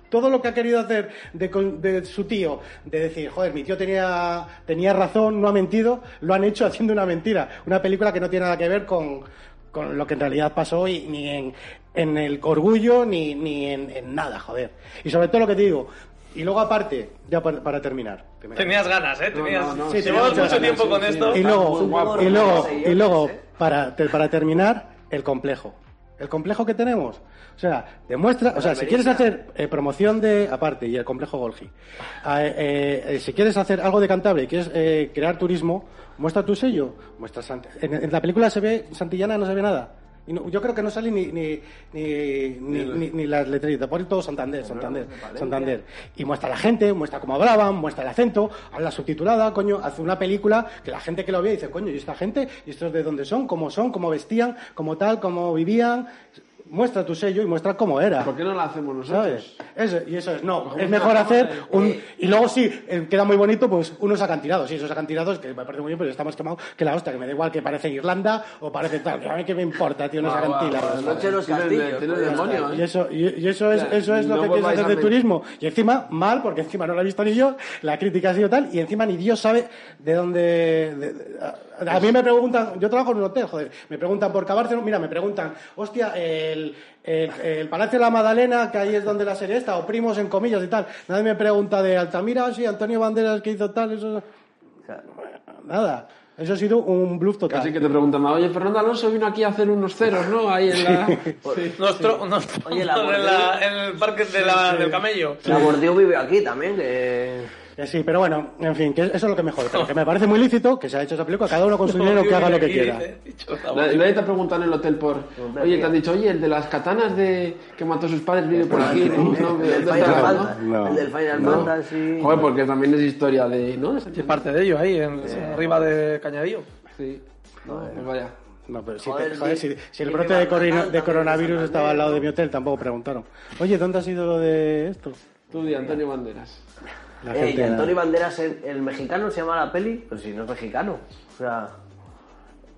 A: Todo lo que ha querido hacer de, con- de su tío, de decir, joder, mi tío tenía, tenía razón, no ha mentido, lo han hecho haciendo una mentira. Una película que no tiene nada que ver con, con lo que en realidad pasó y ni en, en el orgullo ni, ni en, en nada, joder. Y sobre todo lo que te digo. Y luego, aparte, ya para, para terminar. que me-
B: Tenías ganas, ¿eh? Tenías...
C: no, no,
A: sí,
B: Llevamos
A: tenía
B: mucho
A: ganas,
B: tiempo
C: sí,
B: con
C: sí.
B: esto.
A: y
C: Muy
A: luego,
C: guapo.
A: y luego,
D: Sí, yo
A: y luego
D: qué sé.
A: para, te- para terminar, el complejo. El complejo que tenemos. O sea, demuestra, o sea, si quieres hacer eh, promoción de, aparte, y el complejo Golgi, a- eh, eh, si quieres hacer algo de Cantabria y quieres eh, crear turismo, muestra tu sello. Muestra Sant- en, en la película se ve, Santillana no se ve nada. Y no- yo creo que no sale ni, ni, ni, ni, ni- ni las letreritas, por todo Santander, Santander, Santander. Y muestra a la gente, muestra cómo hablaban, muestra el acento, habla subtitulada, coño, hace una película que la gente que lo ve dice, coño, ¿y esta gente? ¿Y estos de dónde son? ¿Cómo son? ¿Cómo vestían? ¿Cómo tal? ¿Cómo vivían? Muestra tu sello y muestra cómo era.
C: ¿Por qué no la hacemos nosotros?
A: ¿Sabes? Eso- y eso es, no, es mejor hacer un... Y luego sí, eh, queda muy bonito, pues unos acantilados, sí, esos acantilados que me parece muy bien, pero estamos quemados que la hostia, que me da igual que parece Irlanda o parece tal, que a mí que me importa, tío, unos
C: Guau, guau,
A: acantilados.
C: guau,
D: Noche de los
C: tienes-
D: castillos,
C: tienes
D: pues,
C: demonio,
A: Y
C: ¿eh?
A: eso, y, y eso es,
C: Claro,
A: eso es lo
C: no
A: que quieres
C: volváis
A: hacer de
C: a mentir.
A: turismo. Y encima, mal, porque encima no lo he visto ni yo, la crítica ha sido tal, y encima ni Dios sabe de dónde. de- de- a, a mí me preguntan, yo trabajo en un hotel, joder, me preguntan por Cabárceno, mira, me preguntan, hostia, el, el, el Palacio de la Madalena, que ahí es donde la serie está, o primos en comillas y tal. Nadie me pregunta de Altamira, sí, Antonio Banderas que hizo tal, eso. Nada. Eso ha sido un bluff total.
C: Así que te preguntan, oye, Fernando Alonso vino aquí a hacer unos ceros, ¿no? Ahí en
A: [laughs]
C: la...
B: Nuestro, nuestro-
D: Oye, la
B: [laughs] en, la- en el parque de la- del camello.
D: La Bordiú vive aquí también, que...
A: Eh, Sí, pero bueno, en fin, que eso es lo que mejor. Pero que
D: [laughs]
A: me parece muy lícito que se ha hecho esa película, cada uno con su dinero que haga lo que
B: Aquí,
A: quiera.
B: eh, dicho, está bueno.
C: Nadie nadie te ha preguntado en el hotel por...
D: Hombre,
C: Oye, te
D: tío.
C: han dicho, oye, el de las katanas de... que mató a sus padres vive por aquí. ¿no? No,
D: El del
C: ¿dónde
D: Final
C: está,
D: Fantasy.
A: No.
D: El del Final
C: no? No.
D: Fantasy.
C: Joder, porque también es historia de... ¿no?
B: Sí, parte de ello ahí, en- arriba de Cañadillo.
C: Sí. No, pues vaya.
A: No, pero si, te-
D: Joder,
A: joder,
D: sí.
A: si- si el
D: Y
A: brote
D: me
A: de,
D: van
A: corino-
D: ganando
A: de coronavirus
D: también,
A: estaba al lado de mi
D: ¿no?
A: hotel, tampoco preguntaron. Oye, ¿dónde ha sido lo de esto?
C: Tú di, Antonio Banderas.
A: La
D: Eh, y
A: gente nada.
D: Antonio Banderas, el, el mexicano, se llama la peli, pero si no es mexicano. O sea,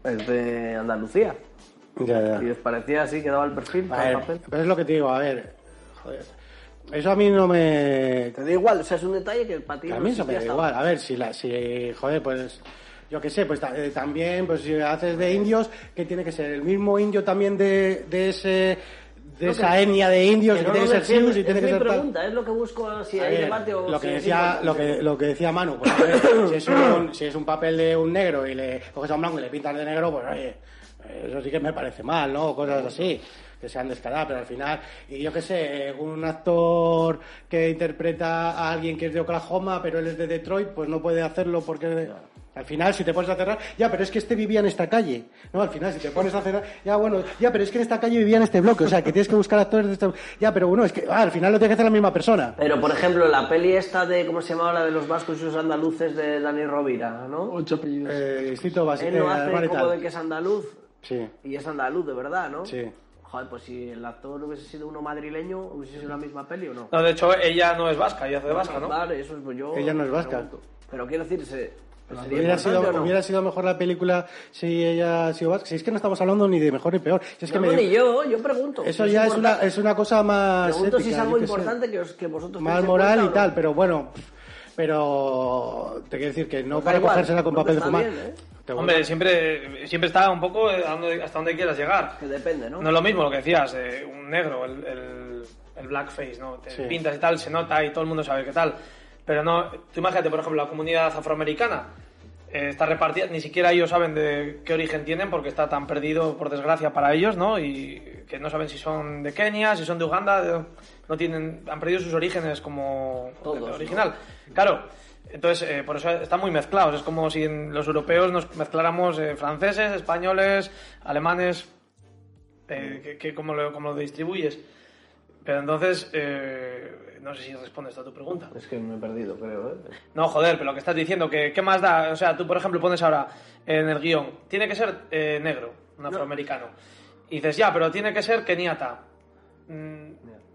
D: es de Andalucía.
A: Ya, ya.
D: Y os parecía así, quedaba el perfil
A: A
D: para el
A: ver,
D: papel.
A: pero es lo que te digo, a ver. Joder. Eso a mí no me.
D: Te da igual, o sea, es un detalle que para ti
A: A
D: no
A: mí eso me
D: existía
A: da
D: hasta
A: igual. A ver, si, la, si joder, pues yo qué sé, pues ta- eh, también, pues si haces de indios, que tiene que ser el mismo indio también de, de ese de
D: No,
A: esa
D: que-
A: etnia de indios,
D: Que
A: que,
D: no
A: tiene
D: lo
A: que ser
D: defiendo,
A: Sius y tiene
D: es
A: que
D: mi
A: ser tal.
D: pregunta, es lo que busco si
A: A
D: hay
A: ver,
D: debate o
A: lo
D: si
A: que
D: hay
A: decía
D: debate.
A: lo que lo que decía Manu pues, a ver, si es un, si es un papel de un negro y le coges a un blanco y le pintas de negro pues oye eso sí que me parece mal no cosas así que sean descaradas pero al final y yo qué sé un actor que interpreta a alguien que es de Oklahoma pero él es de Detroit pues no puede hacerlo porque es de- al final, si te pones a cerrar, ya, pero es que este vivía en esta calle. No, al final, si te pones a cerrar, ya, bueno, ya, pero es que en esta calle vivía en este bloque. O sea, que tienes que buscar actores de esta. Ya, pero bueno, es que ah, al final lo tiene que hacer la misma persona.
D: Pero, por ejemplo, la peli esta de, ¿cómo se llamaba? La de los vascos y los andaluces de Dani Rovira, ¿no?
C: Ocho apellidos.
A: Eh, Distrito Básico.
D: Él no hace como de que es andaluz.
A: Sí.
D: Y es andaluz, de verdad, ¿no?
A: Sí.
D: Joder, pues si el actor hubiese sido uno madrileño, hubiese sido la misma peli o no.
B: No, de hecho, ella no es vasca, ella hace de vasca, ¿no?
D: Vale, eso es pues yo.
A: Ella no es vasca.
D: pregunto. Pero quiero decir, se- sería
A: Hubiera sido,
D: importante o no?
A: hubiera sido mejor la película si ella ha sido vasca. Si es que no estamos hablando ni de mejor ni peor. Si es que
D: No,
A: me-
D: ni yo, yo pregunto.
A: Eso
D: Si
A: ya es
D: importante.
A: una, es una cosa más.
D: Pregunto si es
A: ética,
D: algo
A: yo qué sé.
D: importante que, os- que vosotros
A: Más
D: tenéis en
A: moral y
D: cuenta o no.
A: tal, pero bueno. pff, Pero te quiero decir que no
D: Pues da
A: para
D: igual,
A: cogérsela con
D: no,
A: papel de
D: está
A: fumar.
D: bien, ¿eh?
A: Te vuelvo-
B: Hombre, siempre, siempre está un poco eh, a donde- hasta donde quieras llegar.
D: Que depende, ¿no?
B: No es lo mismo lo que decías, eh, un negro, el, el- el blackface, ¿no? Te
A: Sí.
B: pintas y tal, se nota y todo el mundo sabe qué tal. Pero no, tú imagínate, por ejemplo, la comunidad afroamericana eh, está repartida, ni siquiera ellos saben de qué origen tienen porque está tan perdido, por desgracia, para ellos, ¿no? Y que no saben si son de Kenia, si son de Uganda, de- no tienen, han perdido sus orígenes como
D: Todos, ¿no?
B: original. Claro, entonces eh, por eso están muy mezclados. Es como si en los europeos nos mezcláramos eh, franceses, españoles, alemanes, eh, que, que cómo, lo, cómo lo distribuyes. Pero entonces, eh, no sé si respondes a tu pregunta.
D: Es que me he perdido, creo, ¿eh?
B: No, joder, pero lo que estás diciendo, que ¿qué más da? O sea, tú, por ejemplo, pones ahora en el guión, tiene que ser eh, negro, un afroamericano. Y dices, ya, pero tiene que ser keniata. Mm,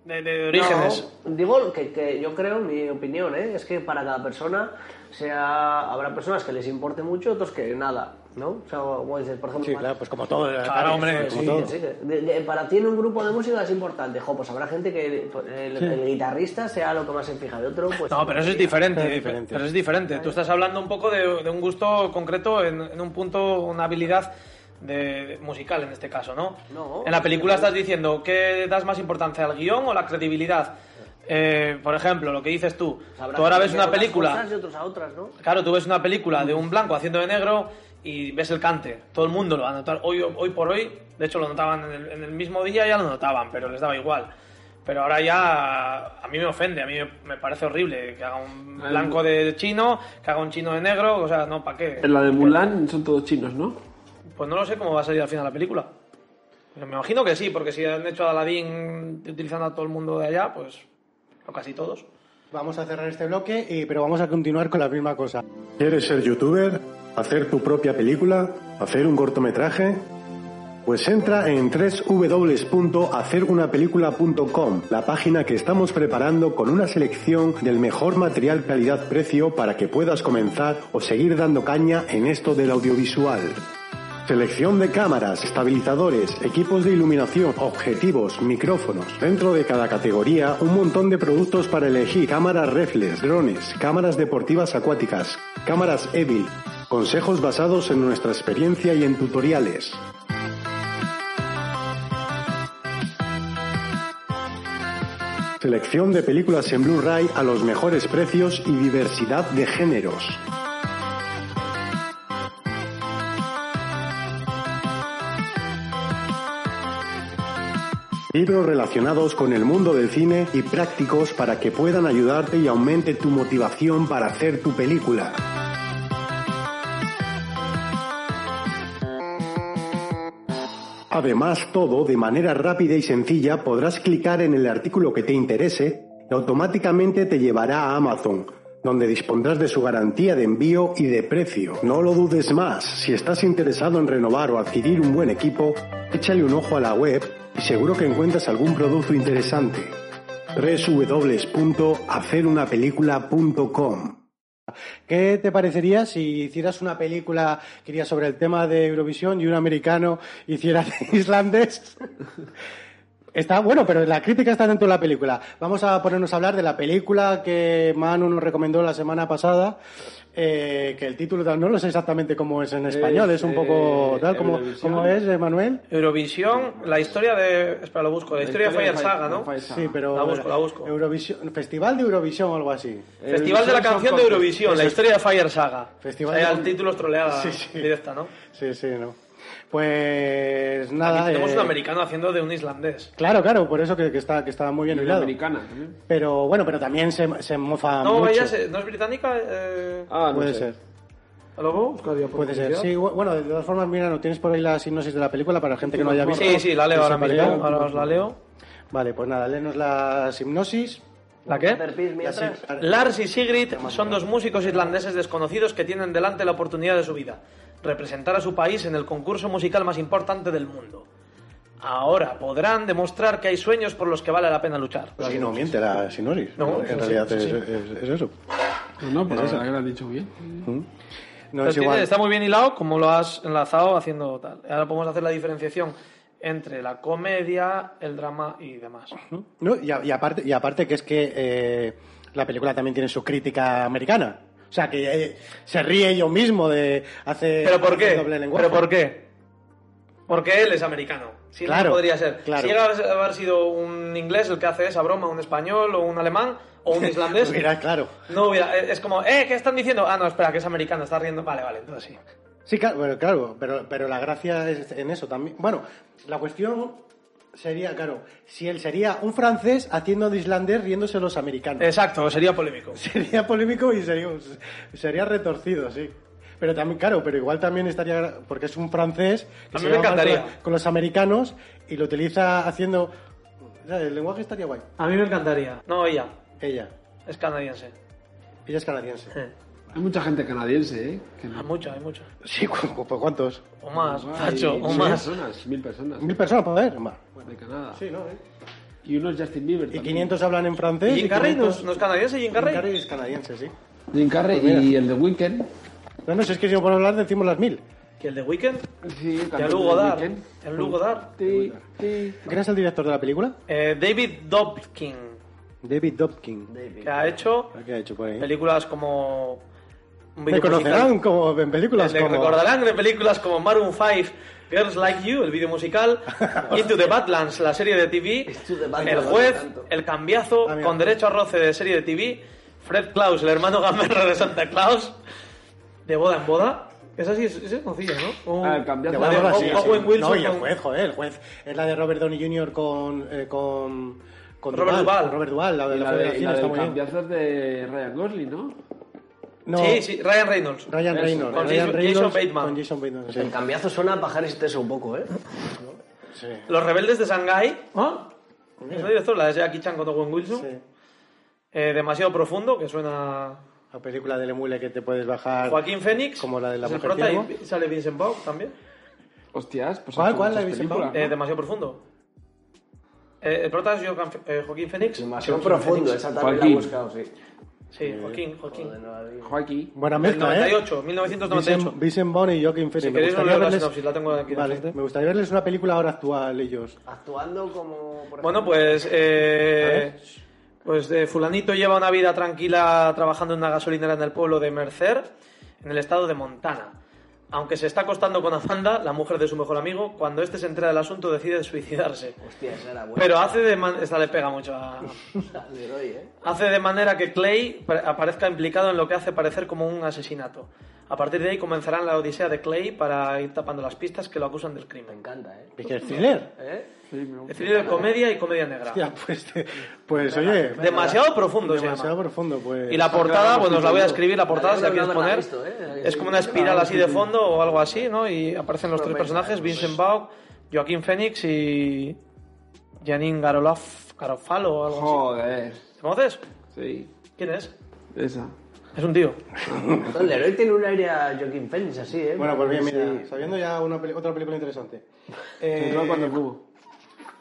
B: De, de orígenes.
D: No, digo que, que yo creo, mi opinión, ¿eh? es que para cada persona sea, habrá personas que les importe mucho, otros que nada, ¿no? O sea, como dices, por ejemplo,
A: Sí, claro, pues como todo.
B: Claro, hombre,
A: como
D: Sí,
A: todo.
D: sí, que- de- de- para ti en un grupo de música es importante. Jo, pues habrá gente que pues, el, el guitarrista sea lo que más se fija de otro. Pues,
B: No, pero eso es diferente.
A: Es diferente.
B: Pero es diferente. Tú estás hablando un poco de, de un gusto concreto en, en un punto, una habilidad de, musical en este caso, ¿no?
D: No.
B: En la película estás diciendo que das más importancia al guión o la credibilidad. Eh, por ejemplo, lo que dices tú.
D: pues Habrá
B: Tú ahora
D: gente
B: ves
D: que
B: una
D: haga unas
B: película.
D: cosas y otros a otras, ¿no?
B: Claro, tú ves una película de un blanco haciendo de negro y ves el cante. Todo el mundo lo va a notar. Hoy, hoy por hoy, de hecho lo notaban en el, en el mismo día, ya lo notaban, pero les daba igual. Pero ahora ya a mí me ofende, a mí me, me parece horrible que haga un blanco de chino, que haga un chino de negro, o sea, no, ¿para qué?
C: En la de Mulan son todos chinos, ¿no?
B: Pues no lo sé cómo va a salir al final la película. Pero me imagino que sí, porque si han hecho a Aladdin utilizando a todo el mundo de allá, pues, o casi todos.
A: Vamos a cerrar este bloque, y, pero vamos a continuar con la misma cosa.
G: ¿Quieres ser youtuber? ¿Hacer tu propia película? ¿Hacer un cortometraje? Pues entra en www.hacerunapelícula.com, la página que estamos preparando con una selección del mejor material calidad-precio para que puedas comenzar o seguir dando caña en esto del audiovisual. Selección de cámaras, estabilizadores, equipos de iluminación, objetivos, micrófonos. Dentro de cada categoría, un montón de productos para elegir. Cámaras reflex, drones, cámaras deportivas acuáticas, cámaras EVIL. Consejos basados en nuestra experiencia y en tutoriales. Selección de películas en Blu-ray a los mejores precios y diversidad de géneros. Libros relacionados con el mundo del cine y prácticos para que puedan ayudarte y aumente tu motivación para hacer tu película. Además, todo de manera rápida y sencilla podrás clicar en el artículo que te interese y automáticamente te llevará a Amazon, donde dispondrás de su garantía de envío y de precio. No lo dudes más, si estás interesado en renovar o adquirir un buen equipo, échale un ojo a la web y seguro que encuentras algún producto interesante. www.hacerunapelícula.com
A: ¿Qué te parecería si hicieras una película que iría [laughs] sobre el tema de Eurovisión y un americano hiciera de islandés? Está bueno, pero la crítica está dentro de la película. Vamos a ponernos a hablar de la película que Manu nos recomendó la semana pasada. eh, que el título tal- no lo sé exactamente cómo es en español, es, un
C: eh,
A: poco tal como
C: Eurovisión.
A: cómo es, eh, Manuel.
B: Eurovisión, la historia de. Espera, lo busco. La, historia, de Fire Saga, ¿no?
A: Sí, pero
B: La busco, la busco.
A: Eurovisión- Festival de Eurovisión o algo así.
B: Festival de la canción de Eurovisión, la historia de Fire Saga.
A: Festival
B: o sea,
A: de-
B: el título es troleada
A: Sí, sí. Eh,
B: directa, ¿no?
A: Sí, sí, no. Pues nada.
B: Aquí tenemos
A: eh,
B: un americano haciendo de un islandés.
A: Claro, claro, por eso que, que está que está muy bien hilado.
C: americana también.
A: Pero bueno, pero también se, se mofa
B: No,
A: mucho.
B: ella es- ¿no es británica? Eh,
C: Ah, no
A: Puede
C: sé.
A: ser.
B: ¿Lo veo?
A: Puede ser, sí. bu- Bueno, de todas formas, mira, no tienes por ahí la sinopsis de la película para la gente que no haya visto.
B: Sí, sí, la leo
A: Que
B: ahora
A: sepa
B: mismo.
A: leer.
B: Ahora os la leo.
A: Vale, pues nada, léenos la hipnosis.
B: ¿La
D: Hacer
B: qué?
D: pis mientras.
B: Lars y Sigrid son dos músicos islandeses desconocidos que tienen delante la oportunidad de su vida, representar a su país en el concurso musical más importante del mundo. Ahora podrán demostrar que hay sueños por los que vale la pena luchar.
G: Pero aquí Pues no miente la sinosis.
B: No,
G: en
B: sí,
G: realidad
B: sí,
G: es,
B: sí.
G: es- es eso.
C: No, no, pero la que lo has dicho bien.
A: No
B: Pero
A: es
B: tiene-
A: igual.
B: está muy bien hilado como lo has enlazado haciendo tal. Ahora podemos hacer la diferenciación entre la comedia, el drama y demás.
A: No, y, a- y aparte, y aparte que es que eh, la película también tiene su crítica americana. O sea, que eh, se ríe yo mismo de hace
B: ¿Pero por
A: hace
B: qué?
A: doble lenguaje.
B: ¿Pero por qué? Porque él es americano. Si no,
A: Claro,
B: no podría ser.
A: claro.
B: Si llega a haber sido un inglés el que hace esa broma, un español o un alemán o
A: [laughs]
B: un islandés,
A: Mira, claro.
B: no hubiera. Es como, ¿eh? ¿Qué están diciendo? Ah, no, espera, que es americano, está riendo. Vale, vale, entonces sí.
A: Sí, claro, bueno, claro, pero, pero la gracia es en eso también. Bueno, la cuestión sería, claro, si él sería un francés haciendo de islandés riéndose los americanos.
B: Exacto, sería polémico.
A: Sería polémico y sería, sería retorcido, sí. Pero también, claro, pero igual también estaría, porque es un francés que
B: A
A: se
B: mí me
A: lleva mal con-
B: encantaría.
A: con los americanos y lo utiliza haciendo... o sea, El lenguaje estaría guay.
F: A mí me encantaría.
B: No, ella,
A: Ella.
B: es canadiense.
A: Ella es canadiense.
B: Eh,
C: Hay mucha gente canadiense, ¿eh? Que no.
B: Hay mucha, hay mucha.
A: Sí, ¿cu- [laughs] cu- Pues, ¿cuántos?
B: O más,
C: Hay
B: Nacho, o
C: mil
B: más.
C: personas, mil personas
A: Mil personas, joder. va.
C: de Canadá.
A: Sí, ¿no? eh?
C: Y unos Justin Bieber
A: Y
C: también.
A: 500 hablan en francés.
B: ¿Jim Carrey no
A: 500
B: es, no es canadiense, Jim Carrey?
A: Jim Carrey es canadiense, sí.
C: Jim Carrey
A: Pues mira.
C: y el de Weekend.
A: No, no, si es que si no podemos hablar, decimos las mil.
B: ¿Que el de Weekend?
C: Sí,
B: ¿Que
C: también
B: el
C: el
B: Lugo
C: de
B: Dar?
C: Weeknd.
B: ¿Que el Lugo Dar?
C: Sí, sí.
A: ¿Quién es el director de la película?
B: Eh, David Dobkin,
A: David Dobkin.
D: David.
B: que ha hecho
A: ¿Qué ha hecho por ahí?
B: películas como... un
A: Me
B: video
A: conocerán
B: musical.
A: como en películas
B: Le
A: como...
B: recordarán de películas como Maroon 5, Girls Like You, el
A: [laughs]
B: video musical, Into the Badlands, la serie de TV,
D: Into the Badlands,
B: El Juez,
D: tanto.
B: El Cambiazo,
A: Ah, mira.
B: Con Derecho a Roce de serie de TV, Fred Claus, el hermano gamberro de Santa Claus, De Boda en Boda. Esa sí es, esa es conocida, ¿no? O-
C: Ah, El Cambiazo.
A: Te voy
C: De
A: a dar
B: O-
A: así, así.
B: Owen Wilson
A: No, y el
B: con-
A: juez, joder, el juez. Es la de Robert Downey Jr. con... eh, con... con
B: Robert Duvall.
A: Robert Duvall, la de
C: Y
A: la,
C: la de, y
A: Federación,
C: la
A: está
C: del
A: muy bien.
C: cambiazo es de Ryan Gosling, ¿no?
A: No,
B: Sí, sí, Ryan Reynolds.
A: Ryan
C: Eso,
A: Reynolds.
B: con
A: Ryan
B: Jason-
A: Reynolds
B: Jason Bateman.
A: Con Jason Bateman, sí.
D: El cambiazo suena a pajar ese un poco, ¿eh?
A: Sí,
B: Los Rebeldes de Shanghai.
F: ¿Ah?
B: Es la directora, la de Jackie Chan con Owen Wilson.
A: sí.
B: Eh, demasiado profundo, que suena
A: La película del emule que te puedes bajar.
B: Joaquín Fénix.
A: Como la de la
B: es el
A: mujer
B: prota
A: Diego.
B: y sale Vincent Vaughn también.
C: Hostias, pues
A: ¿Cuál,
C: han hecho
A: cuál la
C: muchas
A: habéis
C: películas,
B: Eh,
C: ¿no?
B: demasiado profundo. Eh, el prota es Joaquín, eh, Joaquín Fénix.
D: Demasiado profundo, esa también la he
C: Joaquín.
D: buscado, sí.
B: Sí, Joaquín, Joaquín.
D: Joder, no la vi.
C: Joaquín.
A: Buena
B: Del
A: mezcla, ¿eh?
B: 98, 1998.
A: Vincent, Vincent Bone y Joaquin Phoenix.
B: Si
A: Me
B: queréis no
A: gustaría
B: leo la
A: verles-
B: sinopsis, la tengo aquí.
A: Vale,
B: delante.
A: me gustaría verles una película ahora actual ellos.
D: Actuando como. por
B: Bueno,
D: ejemplo,
B: pues... Eh,
A: ver.
B: pues eh, fulanito lleva una vida tranquila trabajando en una gasolinera en el pueblo de Mercer, en el estado de Montana. Aunque se está acostando con Amanda, la mujer de su mejor amigo, cuando este se entera del asunto decide suicidarse.
D: Hostia, esa era buena.
B: pues, Pero hace de man- Esta le pega mucho a...
D: Leroy, ¿eh?
B: Hace de manera que Clay pa- aparezca implicado en lo que hace parecer como un asesinato. A partir de ahí comenzarán la odisea de Clay para ir tapando las pistas que lo acusan del
D: Me
B: crimen.
D: encanta, ¿eh?
A: ¿Y que es thriller? [laughs]
D: ¿Eh?
B: Es thriller, comedia y comedia negra.
A: Hostia, pues, te- pues oye.
B: Demasiado profundo se
A: demasiado
B: llama.
A: profundo, pues.
B: Y la portada, bueno, os la voy a escribir, la portada
D: Vale,
B: si la
D: yo
B: quieres
D: creo que no la
B: poner.
D: he visto, ¿eh?
B: Es como una espiral así de fondo o algo así, ¿no? Y aparecen los tres personajes,
D: pues.
B: Vincent Baugh, Joaquín Phoenix y Janine Garolof, Garofalo o algo
C: Joder.
B: así. ¿Conoces?
C: Sí,
B: ¿Quién es?
C: esa.
B: Es un tío.
D: Entonces, Leroy tiene un aire a Joaquín Phoenix así, ¿eh?
A: Bueno, pues bien, mira,
D: Sí.
A: sabiendo ya una peli- otra película
B: [laughs]
A: interesante. Eh,
C: Entró cuando cubo.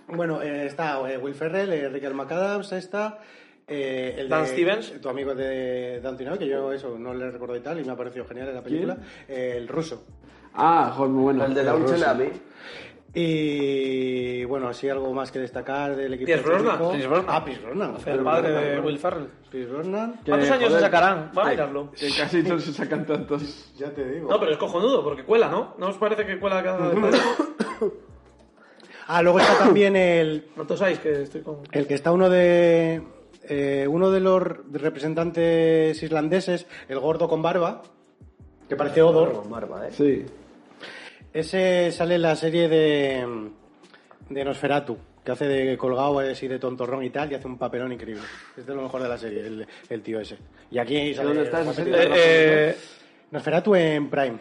A: bueno, eh, está eh, Will Ferrell, eh, Richard McAdams, está. eh, el
B: Dan
A: de-
B: Stevens.
A: Tu amigo de Dante que yo eso no le recuerdo y tal, y me ha parecido genial en la película. Eh, el ruso.
C: Ah, joder, muy bueno.
D: El de la
A: Rosa.
D: Unchelabi.
A: Y bueno, así algo más que destacar del equipo.
B: Pierce Brosnan,
A: técnico.
B: Pierce Brosnan.
A: Ah, Pierce Brosnan.
B: El padre de Will Ferrell.
A: Pierce Brosnan. Ah,
B: ¿Cuántos años
C: joder.
B: se sacarán? Va a mirarlo.
C: Que casi no se sacan tantos.
A: Ya te digo.
B: No, pero es cojonudo, porque cuela, ¿no? ¿No os parece que cuela cada vez?
A: Ah, luego está también el,
B: No tosáis que estoy con...
A: El que está uno de eh, uno de los representantes islandeses, el gordo con barba, que parece Odor.
D: Marva, ¿eh?
C: Sí.
A: Ese sale en la serie de, de Nosferatu, que hace de colgado eh, así de tontorrón y tal, y hace un papelón increíble. Es de lo mejor de la serie, el, el tío ese. Y aquí sale
C: ¿Dónde está
A: el
C: esa
A: papel-
C: serie?
B: Eh,
A: Nosferatu en Prime,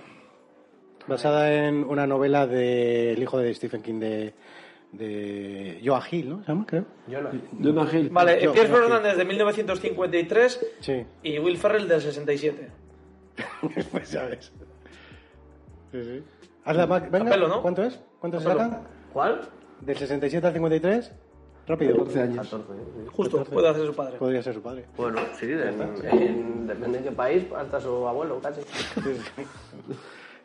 A: basada en una novela del hijo de Stephen King de, de Joa Hill, ¿no? ¿Se llama? Creo.
C: Jonah Hill.
B: vale,
A: Yo,
B: Pierce
A: yo aquí.
B: Brosnan desde 1953
A: Sí.
B: y Will Ferrell del 67.
A: [laughs] pues ya ves. Sí, sí. Mm. Haz la ma- venga,
B: pelo, ¿no?
A: ¿cuánto es? ¿Cuánto se
B: pelo.
A: sacan?
D: ¿Cuál?
A: ¿Del 67 al 53? Rápido.
C: 14 años.
D: 14.
B: Justo, puede hacer su padre.
A: Podría ser su [laughs] padre.
D: Bueno, sí, de- eh. en- depende de qué país, hasta su abuelo casi.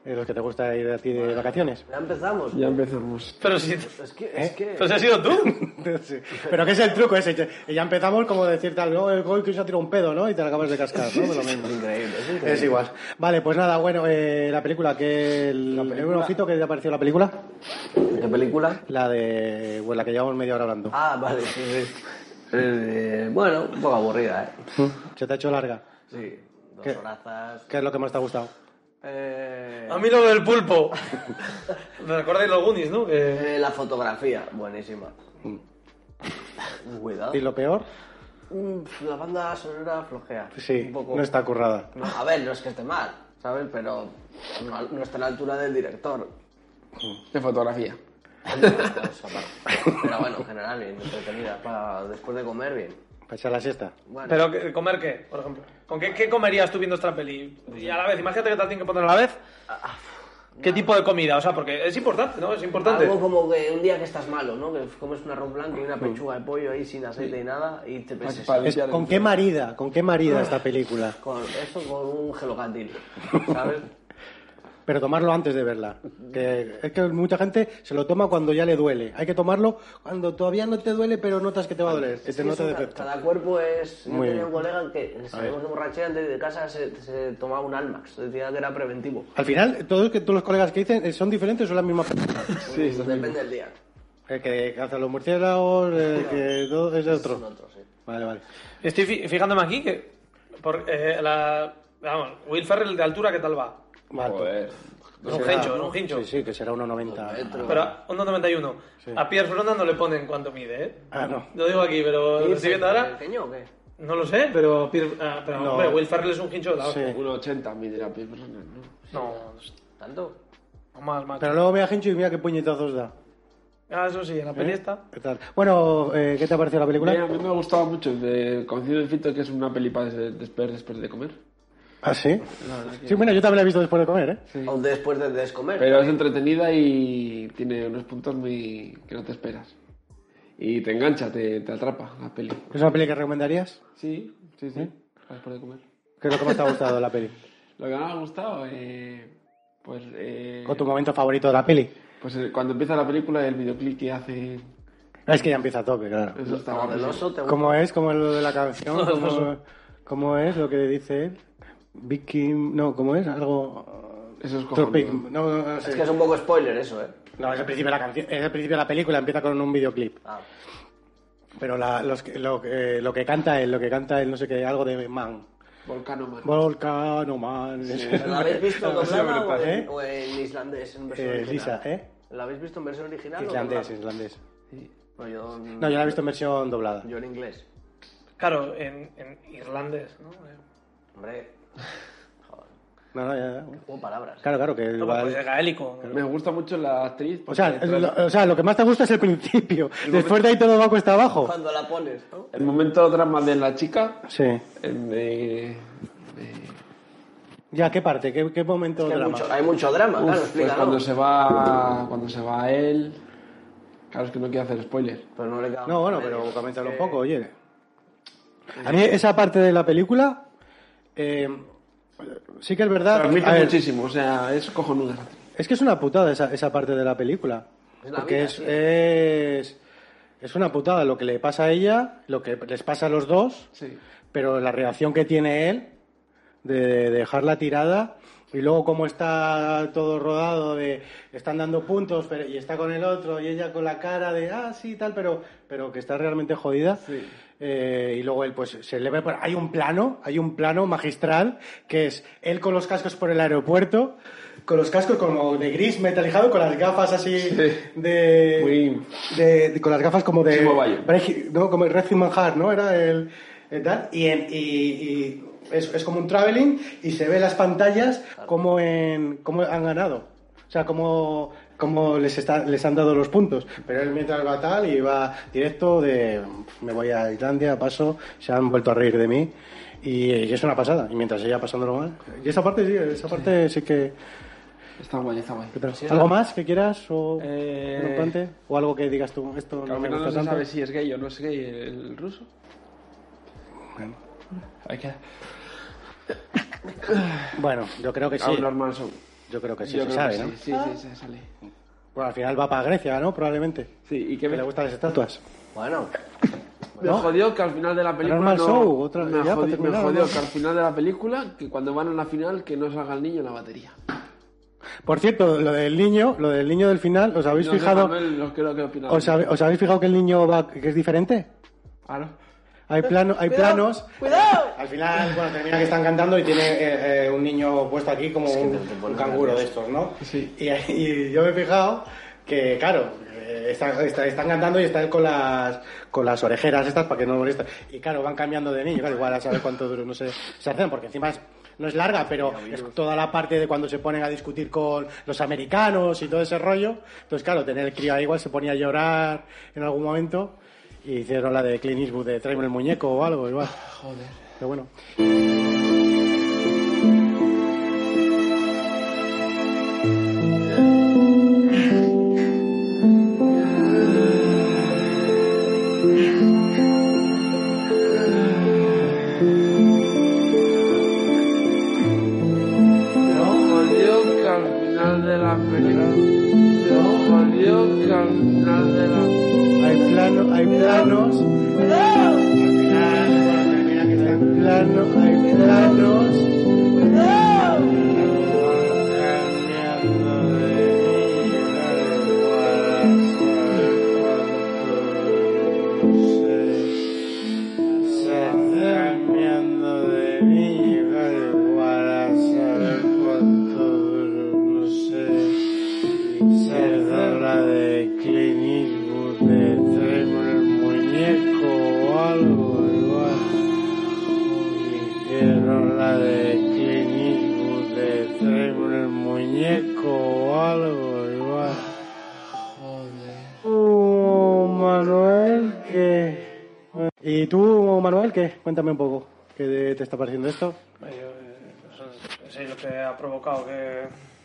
A: Eh, los que te gusta ir a ti de vacaciones.
D: Ya empezamos.
C: Ya empezamos.
B: Pero si...
D: Es
A: ¿Eh?
D: que, es que.
B: Pero si has sido tú.
A: [laughs] Sí. Pero ¿qué es el truco ese? Ya- Ya empezamos como decirte algo, "Oh, el gol que se ha tirado un pedo, ¿no? Y te lo acabas de cascar, ¿no? De lo mismo.
D: Increíble, es increíble.
A: [laughs] Es igual. Vale, pues nada, bueno, eh, la película, que el, un ojito que te ha parecido la película?
D: ¿Qué película?
A: La de... Bueno, la que llevamos media hora hablando.
D: Ah, vale, sí, sí. Eh, bueno, un poco aburrida, ¿eh?
A: Se te ha hecho larga.
D: Sí, dos
A: ¿Qué?
D: horazas.
A: ¿Qué es lo que más te ha gustado?
D: Eh,
B: A mí lo del pulpo. ¿Me recordáis los Goonies, no? Que...
D: eh, la fotografía, buenísima. Cuidado.
A: ¿Y lo peor?
D: Mm, La banda sonora flojea.
A: Sí,
D: un poco.
A: no está currada.
D: No, a ver, no es que esté mal, ¿sabes? Pero no, no está a la altura del director.
C: De fotografía.
D: Pero bueno, en general, bien entretenida. Para después de comer, bien.
A: ¿Para echar la siesta?
D: Bueno,
B: Pero ¿qué- comer qué, por ejemplo. ¿Con qué, qué comerías tú viendo esta peli? Y a la vez, imagínate que te la tienen que poner a la vez. ¿Qué tipo de comida? O sea, porque es importante, ¿no? Es importante.
D: algo como que un día que estás malo, ¿no? Que comes un arroz blanco y
A: Mm.
D: una pechuga de pollo ahí sin aceite y nada y te
C: Para,
D: peses.
C: para
A: Es-
C: limpiar
A: ¿Con
C: el-
A: qué marida? ¿Con qué marida esta película?
D: Con eso con
A: [laughs]
D: un gelocantil, ¿sabes?
A: Pero tomarlo antes de verla. Que es que mucha gente se lo toma cuando ya le duele. Hay que tomarlo cuando todavía no te duele, pero notas que te va a doler. Que
D: Sí,
A: te nota
D: eso,
A: de
D: ca- Cada cuerpo es... Yo
A: Muy
D: tenía un
A: bien.
D: colega que se borrachera antes de casa se, se tomaba un Almax. Decía que era preventivo.
A: Al final, todos, que, todos los colegas que dicen eh, son diferentes o son la misma persona.
C: Sí, eso es
D: Pues Depende del día.
A: El que caza los murciélagos, el que todo es de
D: Son
A: otro.
D: otros, sí.
A: Vale, vale.
B: Estoy fi- fijándome aquí que. por- eh, la- vamos, Will Ferrell de altura, ¿qué tal va?
A: Vale.
C: Joder.
B: Es un
A: Será-
B: hincho, es un hincho.
A: Sí, sí, que será 1,90.
B: Pero 1,91. A Pierce Brosnan no le ponen cuánto mide, ¿eh?
A: Ah, no.
B: Lo digo aquí, pero lo estoy viendo ahora.
D: ¿Pequeño o qué?
B: No lo sé, pero, Pierce- ah, pero,
A: No.
B: hombre, Will Ferrell es un hincho de la
A: Sí.
C: Eh.
B: hostia.
C: 1,80 mide la piel personal, ¿no?
B: No,
D: ¿Tanto?
B: no más, más.
A: Pero luego ve a Hincho y mira qué puñetazos da.
B: Ah, eso sí, en la peli está.
A: ¿Qué tal? Bueno, eh, ¿qué te ha parecido la película?
C: Eh, a mí me ha gustado mucho. De, coincido en Fito que es una peli para des- después, después de comer.
A: ¿Ah, sí? Sí, bueno, yo también la he visto después de comer, ¿eh?
D: O después de descomer.
C: Pero es entretenida y tiene unos puntos muy que no te esperas. Y te engancha, te, te atrapa la peli.
A: ¿Es una peli que recomendarías?
C: Sí, sí, sí. Después de comer.
A: ¿Qué es lo que más te ha gustado de la [laughs] peli?
C: Lo que más me ha gustado, eh, pues, eh,
A: ¿O tu momento favorito de la peli?
C: pues eh, cuando empieza la película, el videoclip que hace.
A: Es que ya empieza a tope, claro.
C: Eso está
D: Lo del
C: guapísimo.
D: oso te gusta.
A: ¿Cómo es? ¿Cómo es lo de la canción? ¿Cómo, cómo es lo que dice él? Vicky... No, ¿cómo es? Algo...
C: Eso es
A: Tropic...
C: cojonudo.
A: No, no, no,
D: Es
A: sé.
D: que es un poco spoiler eso, ¿eh?
A: No, es el principio de la canción. Es el principio de la película, empieza con un videoclip.
D: Ah,
A: Pero la- los que- lo, que- lo que canta él, lo que canta él, no sé qué, algo de man.
C: Volcano Man.
A: Volcano man.
D: ¿pero ¿La
A: [laughs]
D: habéis visto doblada o, en-
A: ¿Eh?
D: o en islandés? En versión
A: Eh,
D: original?
A: Lisa, ¿eh?
D: ¿La habéis visto en versión original
A: Islandés,
D: o doblada?
A: islandés.
D: No, yo,
A: No, yo la he visto en versión doblada.
D: yo en inglés.
B: Claro, en, en irlandés, ¿no? Eh,
D: Hombre,
A: No, no, ya, ya.
D: como palabras.
A: Claro, claro, que
B: No,
A: igual-
B: pues es gaélico.
C: Me gusta mucho la actriz.
A: O sea,
C: porque-
A: lo, o sea, lo que más te gusta es el principio. Después de ahí todo va cuesta abajo.
D: Cuando la pones, ¿no?
C: el momento drama de la chica.
A: Sí.
C: en- eh,
A: Ya, ¿qué parte? ¿Qué, qué momento
D: Hay
A: drama?
D: mucho, hay mucho drama,
C: Uf,
D: claro,
C: pues
D: explícalo.
C: cuando se va cuando se va él claro es que no quiero hacer spoiler
D: Pero no le queda
A: No, bueno,
D: más
A: pero
D: remedio.
A: coméntalo un
D: Eh,
A: poco, oye. A mí esa parte de la película... eh, sí que es verdad...
C: transmite
A: Ah, a ver,
C: muchísimo o sea es cojonuda
A: es que es una putada esa, esa parte de la película.
D: la
A: Porque
D: vida,
A: es,
D: sí.
A: es, es una putada lo que le pasa a ella, lo que les pasa a los dos,
C: Sí.
A: pero la reacción que tiene él de, de dejarla tirada y luego cómo está todo rodado de están dando puntos pero, y está con el otro y ella con la cara de ah sí tal pero pero que está realmente jodida Eh, y luego él pues se le ve por- hay un plano hay un plano magistral que es él con los cascos por el aeropuerto con los cascos como de gris metalizado con las gafas así de,
C: Eh, Muy-
A: de- de- con las gafas como de
C: Sí, Mobile.
A: Breaking- no, como el Red Human Heart, ¿no? Era el, el tal. Y, en- y- y es, es como un traveling y se ve las pantallas como, en, como han ganado. O sea, como, como les, está, les han dado los puntos. Pero él mientras va tal y va directo de me voy a Islandia, paso, se han vuelto a reír de mí. Y, y es una pasada. Y mientras ella pasándolo mal. Y esa parte sí, esa parte sí que...
C: Está guay, está guay.
A: ¿qué tal? ¿Algo más que quieras? O,
B: Eh,
A: un plante? o algo que digas tú, esto
C: Claro
A: no me
C: que no,
A: gusta
C: no se
A: tanto.
C: sabe si es gay o no es gay el, el ruso.
A: Bueno.
C: Hay que...
A: Bueno, yo creo que sí.
C: Aún normal son.
A: Yo creo que sí
C: Yo
A: se
C: creo
A: sabe,
C: que
A: ¿no?
C: sí, sí, sí, se sale.
A: Bueno, al final va para Grecia, ¿no? Probablemente.
C: Sí, y que
A: Que le
C: me,
A: gustan las estatuas.
D: Bueno,
C: me jodió que al final de la película
A: Normal
C: no,
A: Show, otra-
C: me,
A: ya para
C: jodi- me
A: terminar,
C: jodió
A: ¿no?
C: que al final de la película que cuando van a la final que no salga el niño en la batería.
A: Por cierto, lo del niño, lo del niño del final, ¿os habéis
C: No sé,
A: fijado?
C: Manuel, lo que- lo que opina.
A: ¿os, habe- os habéis fijado que el niño va, que es diferente?
C: Ah, ¿no?
A: Hay, plano, hay planos.
D: ¡Cuidado!
A: Al final, bueno, termina que están cantando y tiene eh, eh, un niño puesto aquí como un, un canguro de estos, ¿no?
C: Sí.
A: Y, y yo me he fijado que, claro, eh, está- está- están cantando y están con las, con las orejeras estas para que no molesten. Y claro, van cambiando de niño, claro, igual a saber cuánto duro, no sé, se hacen, porque encima es- no es larga, pero es toda la parte de cuando se ponen a discutir con los americanos y todo ese rollo. Entonces, claro, tener el crío ahí igual se ponía a llorar en algún momento. Y hicieron la de Clint Eastwood de tráeme el muñeco o algo, igual.
C: Joder.
A: Pero bueno.
C: No jodió que al final de la película. No jodió que al final de la
A: Hay, plano, hay planos. Al final, bueno, termina que están plano, hay planos. Cambiando de vida, igual a saber cuánto duro, no sé. Cerda la de Clint Eastwood de Tremor el muñeco o algo igual. Hicieron la de Clint Eastwood de Tremor el muñeco o algo igual. Uh, Manuel, ¿qué? ¿Y tú, Manuel, qué? Cuéntame un poco. ¿Qué te- te está pareciendo esto?
B: Sí, lo que ha provocado que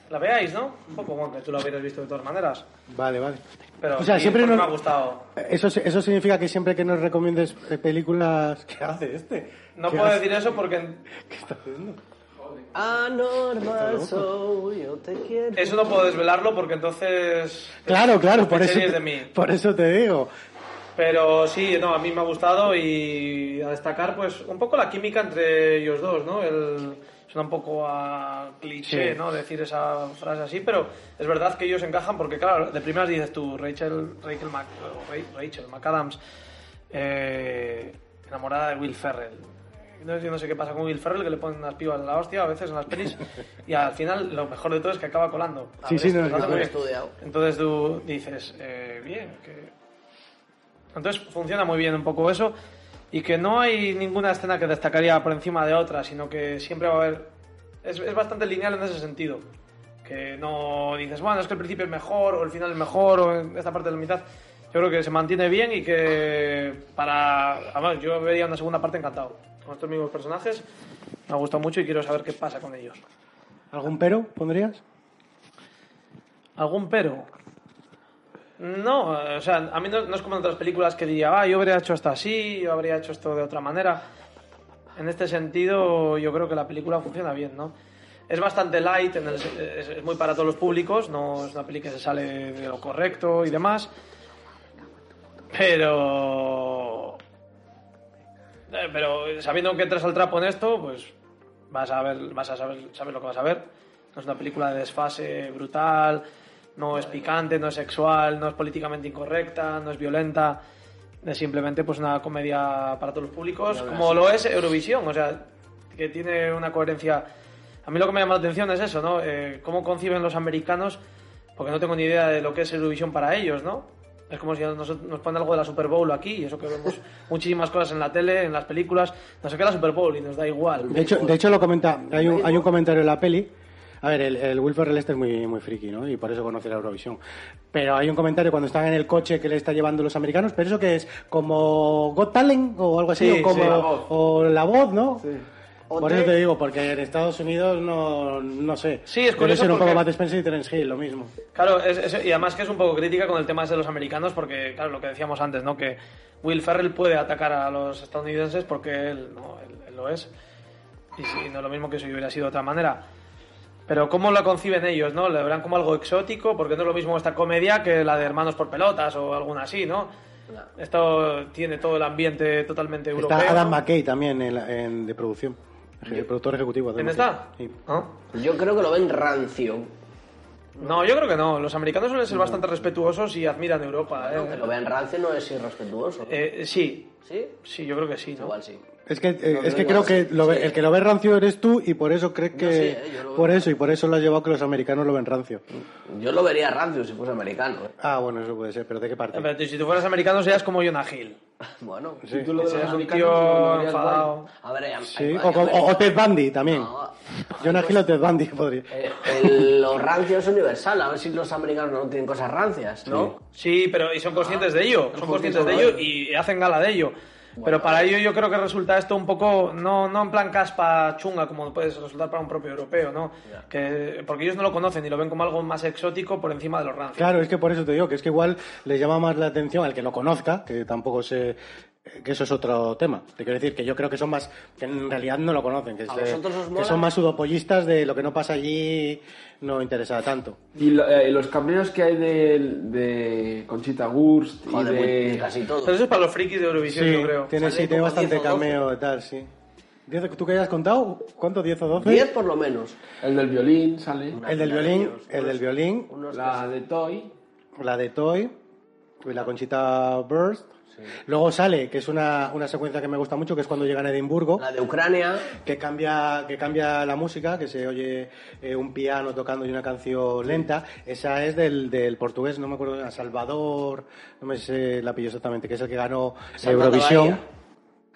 B: la veáis, ¿no? Un poco, bueno, que tú la hubieras visto de todas maneras.
A: Vale, vale.
B: Pero
A: O sea,
B: sí,
A: siempre
B: porque
A: nos-
B: me ha gustado.
A: Eso, eso significa que siempre que nos recomiendes eh, películas... ¿Qué hace este?
B: No
A: ¿Qué
B: puedo
A: hace?
B: decir eso porque
A: ¿Qué está haciendo?
D: anormal soy, yo te quiero.
B: eso no puedo desvelarlo porque entonces
A: Claro, claro, por
B: te
A: eso,
B: series
A: te-
B: de mí.
A: por eso te digo.
B: Pero sí, no, a mí me ha gustado y a destacar pues un poco la química entre ellos dos, ¿no? El, suena un poco a cliché,
A: Sí.
B: ¿no? Decir esa frase así, pero es verdad que ellos encajan porque, claro, de primeras dices tú, Rachel, Rachel, Mac, o Ra- Rachel McAdams, eh, enamorada de Will Ferrell. No sé, no sé qué pasa con Will Ferrell, que le ponen unas pibas en la hostia a veces en las pelis y al final lo mejor de todo es que acaba colando. A
A: Sí,
B: ver,
A: sí,
B: esto
A: no,
B: lo hace
A: no, no,
B: muy bien.
D: estudiado.
B: Entonces tú dices, eh, bien, que entonces funciona muy bien un poco eso y que no hay ninguna escena que destacaría por encima de otra, sino que siempre va a haber... Es, es bastante lineal en ese sentido. Que no dices, bueno, es que el principio es mejor o el final es mejor o en esta parte de la mitad. Yo creo que se mantiene bien y que para... Además, yo vería una segunda parte encantado. Con estos mismos personajes me ha gustado mucho y quiero saber qué pasa con ellos.
A: ¿Algún pero pondrías?
B: ¿Algún pero? No, eh, o sea, a mí no, no es como en otras películas que diría, ah, yo habría hecho esto así, yo habría hecho esto de otra manera. En este sentido, yo creo que la película funciona bien, ¿no? Es bastante light, en el- es, es muy para todos los públicos, no es una peli que se sale de lo correcto y demás. Pero. eh, Pero sabiendo que entras al trapo en esto, pues vas a ver, vas a saber, sabes lo que vas a ver. No es una película de desfase brutal, no es picante, no es sexual, no es políticamente incorrecta, no es violenta. Es simplemente pues una comedia para todos los públicos, como lo es Eurovisión, o sea, que tiene una coherencia. A mí lo que me llama la atención es eso, ¿no? Eh, cómo conciben los americanos, porque no tengo ni idea de lo que es Eurovisión para ellos, ¿no? Es como si nos, nos ponen algo de la Super Bowl aquí, y eso que vemos muchísimas cosas en la tele, en las películas, no sé qué la Super Bowl y nos da igual.
A: De hecho, de hecho lo comenta, hay un, hay un comentario en la peli. A ver, el, el Wilford Lester es muy, muy friki, ¿no? Y por eso conoce la Eurovisión. Pero hay un comentario cuando están en el coche que le está llevando los americanos, pero eso que es como Got Talent o algo así,
B: Sí,
A: o, como,
B: sí, La
D: Voz.
A: o la voz, ¿no?
D: O
A: Por
D: te-
A: eso te digo, porque en Estados Unidos no, no sé.
B: Sí, es
A: Debe
B: curioso
A: ser un
B: porque-
A: poco Matt Spencer y Terence Hill, lo mismo.
B: Claro, es- es- y además que es un poco crítica con el tema ese de los americanos, porque, claro, lo que decíamos antes, ¿no? Que Will Ferrell puede atacar a los estadounidenses porque él, no, él, él lo es. Y si no es lo mismo que si hubiera sido de otra manera. Pero ¿cómo la conciben ellos, no? ¿Le verán como algo exótico? Porque no es lo mismo esta comedia que la de Hermanos por Pelotas o alguna así, ¿no? Esto tiene todo el ambiente totalmente europeo.
A: Está Adam
B: ¿no?
A: McKay también en, la- en- de producción, el productor ejecutivo. Adam
B: ¿Quién
A: McKay.
B: está?
A: Sí.
B: ¿No?
D: Yo creo que lo ven rancio.
B: No, yo creo que no. Los americanos suelen ser bastante respetuosos y admiran Europa. ¿eh?
D: Aunque lo ven rancio no es irrespetuoso.
B: Eh, sí,
D: ¿Sí?
B: sí, yo creo que sí. ¿no?
D: Igual sí.
A: Es que, eh,
D: No,
A: es
D: no,
A: que
D: no,
A: creo que
D: sí,
A: lo ve-
D: sí.
A: el que lo ve rancio eres tú y por eso crees que...
D: sé, eh, yo lo veo
A: por eso, y por eso lo has llevado que los americanos lo ven rancio.
D: Yo lo vería rancio si fuese americano. ¿eh? [laughs]
A: Ah, bueno, eso puede ser, pero ¿de qué parte?
B: Eh, Pero tú- si tú fueras americano serías como Jonah Hill.
D: Bueno.
A: Sí.
C: Tú lo de los
B: Serías un
C: americanos lo
B: tío
C: verías
B: enfadado.
D: A ver, hay-
A: Sí,
D: hay-
A: o, o- o- o Ted Bundy también.
D: No.
A: Jonah Hill o Ted Bundy [laughs] podría...
D: Eh, el- lo rancio es universal. A ver si los americanos no tienen cosas rancias, ¿no?
B: Sí, pero y son conscientes de ello. Ah, Son conscientes de ello y hacen gala de ello. Pero para ello yo creo que resulta esto un poco, no, no en plan caspa chunga como puede resultar para un propio europeo, ¿no? Que, porque ellos no lo conocen y lo ven como algo más exótico por encima de los rancios.
A: Claro, es que por eso te digo, que es que igual le llama más la atención al que lo conozca, que tampoco sé... Que eso es otro tema. Te quiero decir que yo creo que son más... que en realidad no lo conocen, que,
D: ¿A
A: se-
D: vosotros os
A: que
D: mola?
A: son más sudopollistas de lo que no pasa allí no interesa tanto.
C: Y lo- eh, los cameos que hay de, de Conchita Wurst y
D: Joder, muy-
C: de...
D: casi todo.
B: Pero eso es para los frikis de Eurovisión, yo creo.
A: Tiene, sí,
D: Sale
A: tiene
D: como
A: bastante
D: 10 o 12.
A: cameo y tal, sí. Diez- ¿Tú que hayas contado? ¿Cuánto? ¿10 o 12?
D: 10 por lo menos.
C: El del violín sale.
D: Una
A: El del
D: fila de
A: violín,
D: niños,
A: el del
D: unos-
A: violín,
D: unos
C: La de Toy.
A: la de Toy, y la conchita Burst. Luego sale, que es una, una secuencia que me gusta mucho, que es cuando llegan a Edimburgo,
D: La de Ucrania,
A: que cambia, que cambia la música, que se oye eh, un piano tocando y una canción lenta. Esa es del, del portugués, no me acuerdo, Salvador, no me sé la pillo exactamente, que es el que ganó
D: Salvador
A: Eurovisión.
D: Bahía.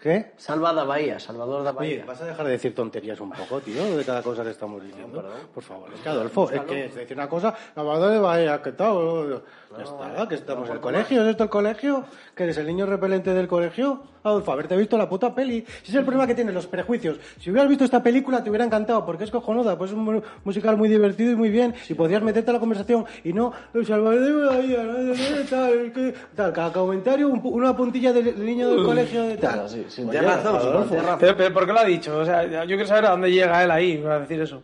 A: ¿Qué?
D: Salva da Bahía, Salvador da Bahía.
A: Oye, vas a dejar de decir tonterías un poco, tío, de cada cosa que estamos diciendo. Por favor, es que Adolfo, es que es decir una cosa, la verdad de vaya, que tal, ya
D: eh,
A: está, que estamos en el colegio, ¿es esto el colegio? ¿Que eres el niño repelente del colegio? Adolfo, haberte visto la puta peli. Ese es el problema que tienen los prejuicios. Si hubieras visto esta película te hubiera encantado, porque es cojonuda, pues es un mu- musical muy divertido y muy bien, y podrías meterte a la conversación y no, "El Salvador de Bahía, no sé qué, tal, es que- tal, cada comentario un pu- una puntilla del niño del colegio de tal.
D: Claro, sí, sí,
A: Oye,
D: tienes razón, sí,
A: Adolfo.
D: tienes razón.
B: Pero, pero ¿por qué lo ha dicho? O sea, yo quiero saber a dónde llega él ahí para decir eso.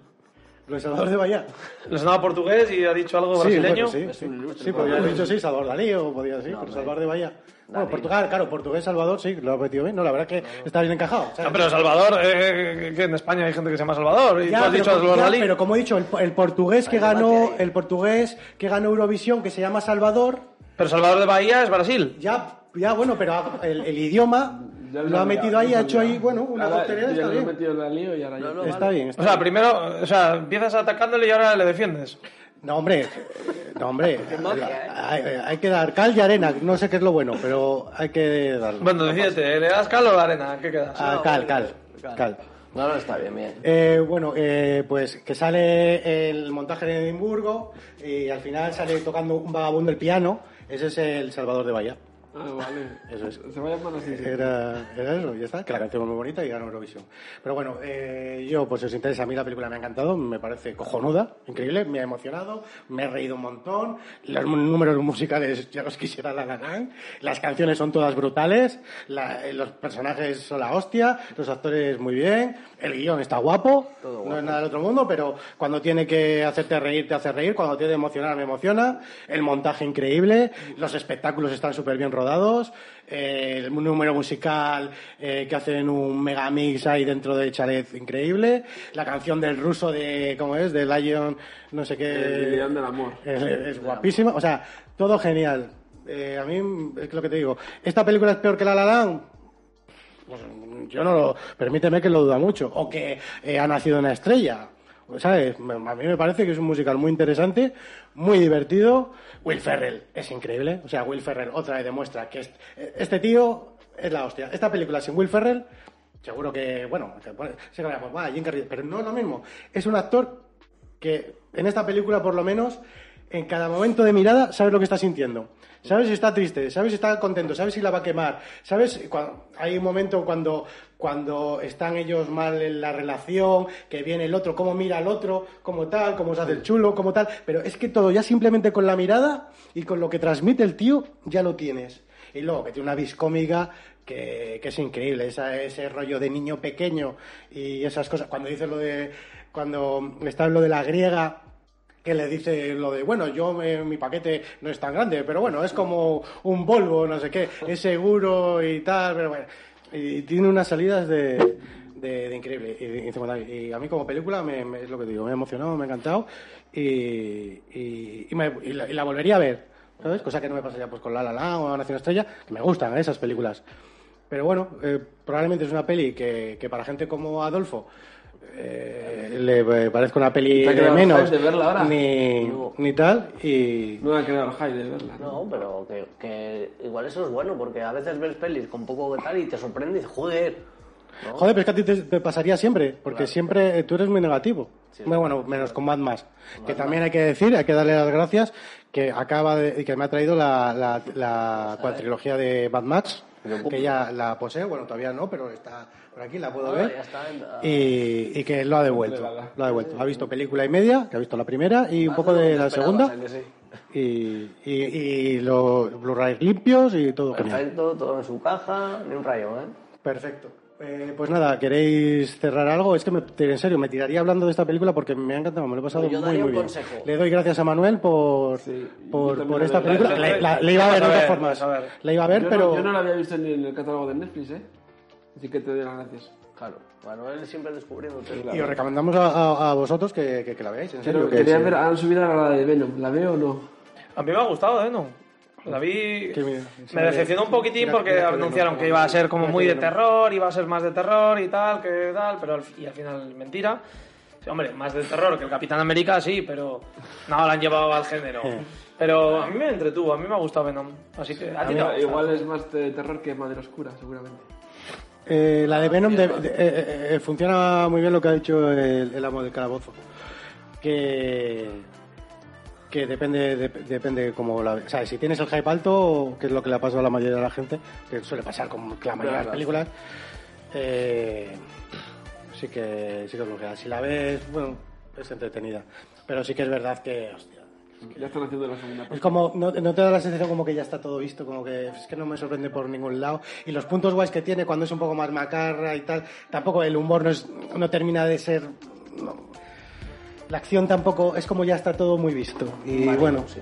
A: Lo de Salvador de Bahía.
B: Le sonaba portugués y ha dicho algo brasileño.
A: Sí, bueno, sí, sí. Sí, podría haber dicho sí, Salvador Dalí o podía sí, pero Salvador de Bahía. Bueno, Portugal, claro, portugués, Salvador, sí, lo ha metido bien. No, la verdad es que está bien encajado. ¿sabes?
B: No, Ah, pero Salvador, eh, que en España hay gente que se llama Salvador. Y
A: Ya,
B: tú has
A: pero,
B: dicho Salvador
A: ya,
B: Dalí.
A: pero como he dicho, el, el portugués que ganó, el portugués que ganó Eurovisión, que se llama Salvador,
B: Pero Salvador de Bahía es Brasil.
A: ya, ya bueno, pero el, el idioma
C: Ya
A: lo ha
C: he
A: metido
C: liado,
A: ahí,
C: ya
A: ha
C: lo he
A: hecho ahí,
C: liado.
A: bueno, una
C: Ahora,
A: tontería,
C: yo
A: está
C: lo he
A: bien.
C: metido en la lío y ahora yo-
D: no,
A: Está bien, está
B: O sea, primero, o sea, empiezas atacándole y ahora le defiendes.
A: No,
B: [laughs]
A: hombre, no, hombre.
B: ¿eh?
A: hay, hay que dar cal y arena, no sé qué es lo bueno, pero hay que darlo.
B: Bueno, decídete, ¿le das cal o la arena? ¿Qué quedas?
A: Ah, cal, cal, cal.
D: No, no, está bien, bien.
A: Eh, bueno, eh, pues que sale el montaje de Edimburgo y al final sale tocando un vagabundo el piano. Ese es el Salvador de Bahía.
C: Ah, vale.
A: Eso es.
C: Se va a llamar así. sí.
A: Era, era eso, ya está, que la canción es muy bonita y ganó Eurovisión. Pero bueno, eh, yo, pues si os interesa, a mí la película me ha encantado, me parece cojonuda, increíble, me ha emocionado, me he reído un montón, los mu- números musicales ya los quisiera la La Land, las canciones son todas brutales, la- eh, los personajes son la hostia, los actores muy bien, el guión está guapo, no es nada del otro mundo, pero cuando tiene que hacerte reír, te hace reír, cuando tiene que emocionar, me emociona, el montaje increíble, los espectáculos están súper bien rodados, eh, el número musical eh, que hacen un megamix ahí dentro del chalet increíble, la canción del ruso de, ¿cómo es? De Lion, no sé qué.
C: El León del Amor.
A: Es, es guapísima, o sea, todo genial. Eh, a mí es lo que te digo. ¿Esta película es peor que La La Land? Pues, yo no lo. Permíteme que lo duda mucho. O que eh, ha nacido una estrella. Pues, ¿Sabes? Me- A mí me parece que es un musical muy interesante, muy divertido. Will Ferrell es increíble. O sea, Will Ferrell otra vez demuestra que est- este tío es la hostia. Esta película sin Will Ferrell, seguro que, bueno, se pone- se gana, pues, va, Jim Carrey, pero no es lo mismo. Es un actor que en esta película por lo menos en cada momento de mirada sabes lo que está sintiendo. Sabes si está triste, sabes si está contento, sabes si la va a quemar, sabes cuando, hay un momento cuando cuando están ellos mal en la relación, que viene el otro, cómo mira al otro, cómo tal, cómo se hace el chulo, cómo tal, pero es que todo ya simplemente con la mirada y con lo que transmite el tío ya lo tienes. Y luego que tiene una vis cómica que, que es increíble, esa- ese rollo de niño pequeño y esas cosas. Cuando dice lo de. Cuando está lo de la griega, que le dice lo de, bueno, yo eh, mi paquete no es tan grande, pero bueno, es como un Volvo, no sé qué, es seguro y tal, pero bueno. Y tiene unas salidas de, de, de increíble. Y, y como tal, y a mí como película me, me- es lo que te digo, me ha emocionado, me ha encantado y, y, y me- y la- y la volvería a ver. ¿sabes? Cosa que no me pasa ya pues con La La La o Nación Estrella, que me gustan ¿eh? esas películas. Pero bueno, eh, probablemente es una peli que, que para gente como Adolfo eh, le eh, parezca una peli
C: ¿Te ha
A: de
C: quedado
A: menos
C: ganas de verla ahora?
A: Ni,
D: No.
A: ni tal y
C: No me ha quedado el high de verla.
D: No, pero que, que igual eso es bueno, porque a veces ves pelis con poco que tal y te sorprende y dices, joder. ¿no?
A: Joder, pero es que a ti te, te pasaría siempre, porque siempre eh, tú eres muy negativo. bueno, bueno, menos con Mad Max, que también hay que decir, hay que darle las gracias, que acaba de, que me ha traído la, la, la cuatrilogía de Mad Max, que ya la posee, bueno, todavía no, pero está por aquí, la puedo
D: Ah,
A: ver.
D: ya está, ah.
A: Y, y que lo ha devuelto, lo ha devuelto. Ha visto película y media, que ha visto la primera y un poco de
D: Ah, No
A: la
D: esperabas,
A: segunda,
D: ¿a que sí?
A: y, y, y los Blu-rays limpios y todo genial.
D: Perfecto, todo en su caja, ni un rayo, ¿eh?
A: Perfecto. Eh, pues nada, ¿queréis cerrar algo? Es que me- te- en serio, me tiraría hablando de esta película porque me ha encantado, me lo he pasado
D: Pues Yo
A: muy,
D: daría
A: muy
D: un
A: bien.
D: consejo.
A: Le doy gracias a Manuel por,
C: Sí, yo
A: por,
C: también
A: por
C: le
A: esta
C: doy
A: película.
B: gracias.
A: La, la- la iba a ver de
B: Vamos a
A: todas
B: ver,
A: formas.
B: vamos a ver.
A: La iba a ver,
C: yo
A: pero...
C: No, yo no la había visto ni en el catálogo de Netflix, ¿eh? Así que te doy las gracias.
D: Claro, Manuel siempre descubriendo
A: Y os recomendamos a, a- a vosotros que, que- que la veáis, en serio.
C: Pero
A: que
C: quería
A: sí.
C: ver, han subido ahora la de Venom. ¿La veo o no?
B: A mí me ha gustado, ¿eh? No. La vi...
A: Qué bien.
B: Me decepcionó un poquitín porque anunciaron que iba a ser como muy de terror, iba a ser más de terror y tal, que tal, pero al, y al final mentira. Sí, hombre, más de terror que el Capitán América, sí, pero no la han llevado al
A: [laughs]
B: género. Pero a mí me entretuvo, a mí me ha gustado Venom. Así que a ti te va a gustar.
C: Igual es más de terror que Madre Oscura, seguramente.
A: Eh, la de Venom de- de- eh, eh, eh, funciona muy bien lo que ha dicho el, el amo del calabozo. Que, que depende, de- depende como la... O sea, si tienes el hype alto, que es lo que le ha pasado a la mayoría de la gente, que suele pasar con la mayoría de las
C: Claro.
A: películas, eh, sí que sí que es bloquea. Si la ves, bueno, es entretenida. Pero sí que es verdad que, hostia,
C: Ya están haciendo la segunda
A: es
C: [laughs] parte.
A: como, no, no te da la sensación como que ya está todo visto, como que es que no me sorprende por ningún lado. Y los puntos guays que tiene cuando es un poco más macarra y tal, tampoco el humor no, es, no termina de ser. no. La acción tampoco, es como ya está todo muy visto. Y bueno, sí.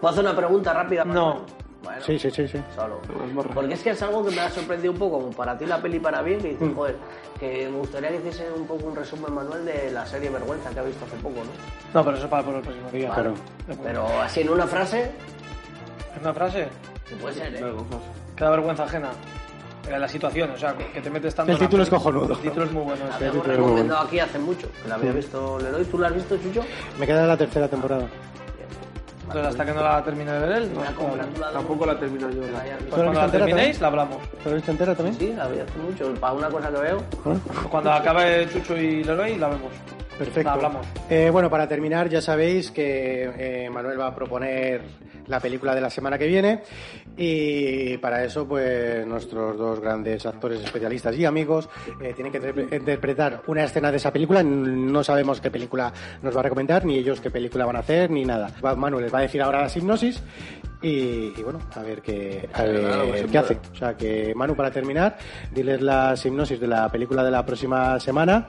D: ¿Puedo hacer una pregunta rápida?
B: No.
D: Bueno,
A: sí, sí, sí, sí.
D: solo.
C: Las morras.
D: Porque es que es algo que me ha sorprendido un poco, como para ti la peli para bien, que
A: Mm.
D: dices, joder, que me gustaría que hiciese un poco un resumen manual de la serie Vergüenza que ha visto hace poco, ¿no?
B: No, pero eso es para por el próximo día.
A: Claro.
D: Pero así en una frase,
B: ¿Es una frase?
D: sí puede ser, ¿eh?
C: Claro, Gonzalo.
B: Que da vergüenza ajena. Era la situación, o sea, que te metes tanto...
A: El
B: en la
A: título es
B: peli.
A: cojonudo.
B: El título es muy bueno.
D: La
B: es que-
D: habíamos
A: pero bueno.
D: recomendado aquí hace mucho, que la había
A: Mm.
D: visto Leroy. ¿Tú la has visto, Chucho?
A: Me queda la tercera temporada.
B: Entonces, hasta que no la termine de ver él, no
D: Me la
B: es como...
D: compras,
B: Pues
D: tú la de-
C: Tampoco la termino yo.
D: que la hayas
A: ¿Tú la has
D: visto.
B: cuando
A: visto
B: la
A: entera
B: terminéis, la hablamos.
A: ¿Te lo viste entera también?
D: Sí, la vi hace mucho, para una cosa que veo.
B: Cuando acabe Chucho y Leroy, la vemos.
A: Perfecto.
B: Va, hablamos.
A: Eh, bueno, para terminar, ya sabéis que eh, Manuel va a proponer la película de la semana que viene y para eso, pues nuestros dos grandes actores especialistas y amigos eh, tienen que interpre- interpretar una escena de esa película. No sabemos qué película nos va a recomendar, ni ellos qué película van a hacer, ni nada. Va- Manuel les va a decir ahora la hipnosis y, y bueno, a ver qué, a ver
H: Claro, pues,
A: qué
H: sin
A: hace.
H: duda.
A: O sea que, Manu, para terminar, diles la hipnosis de la película de la próxima semana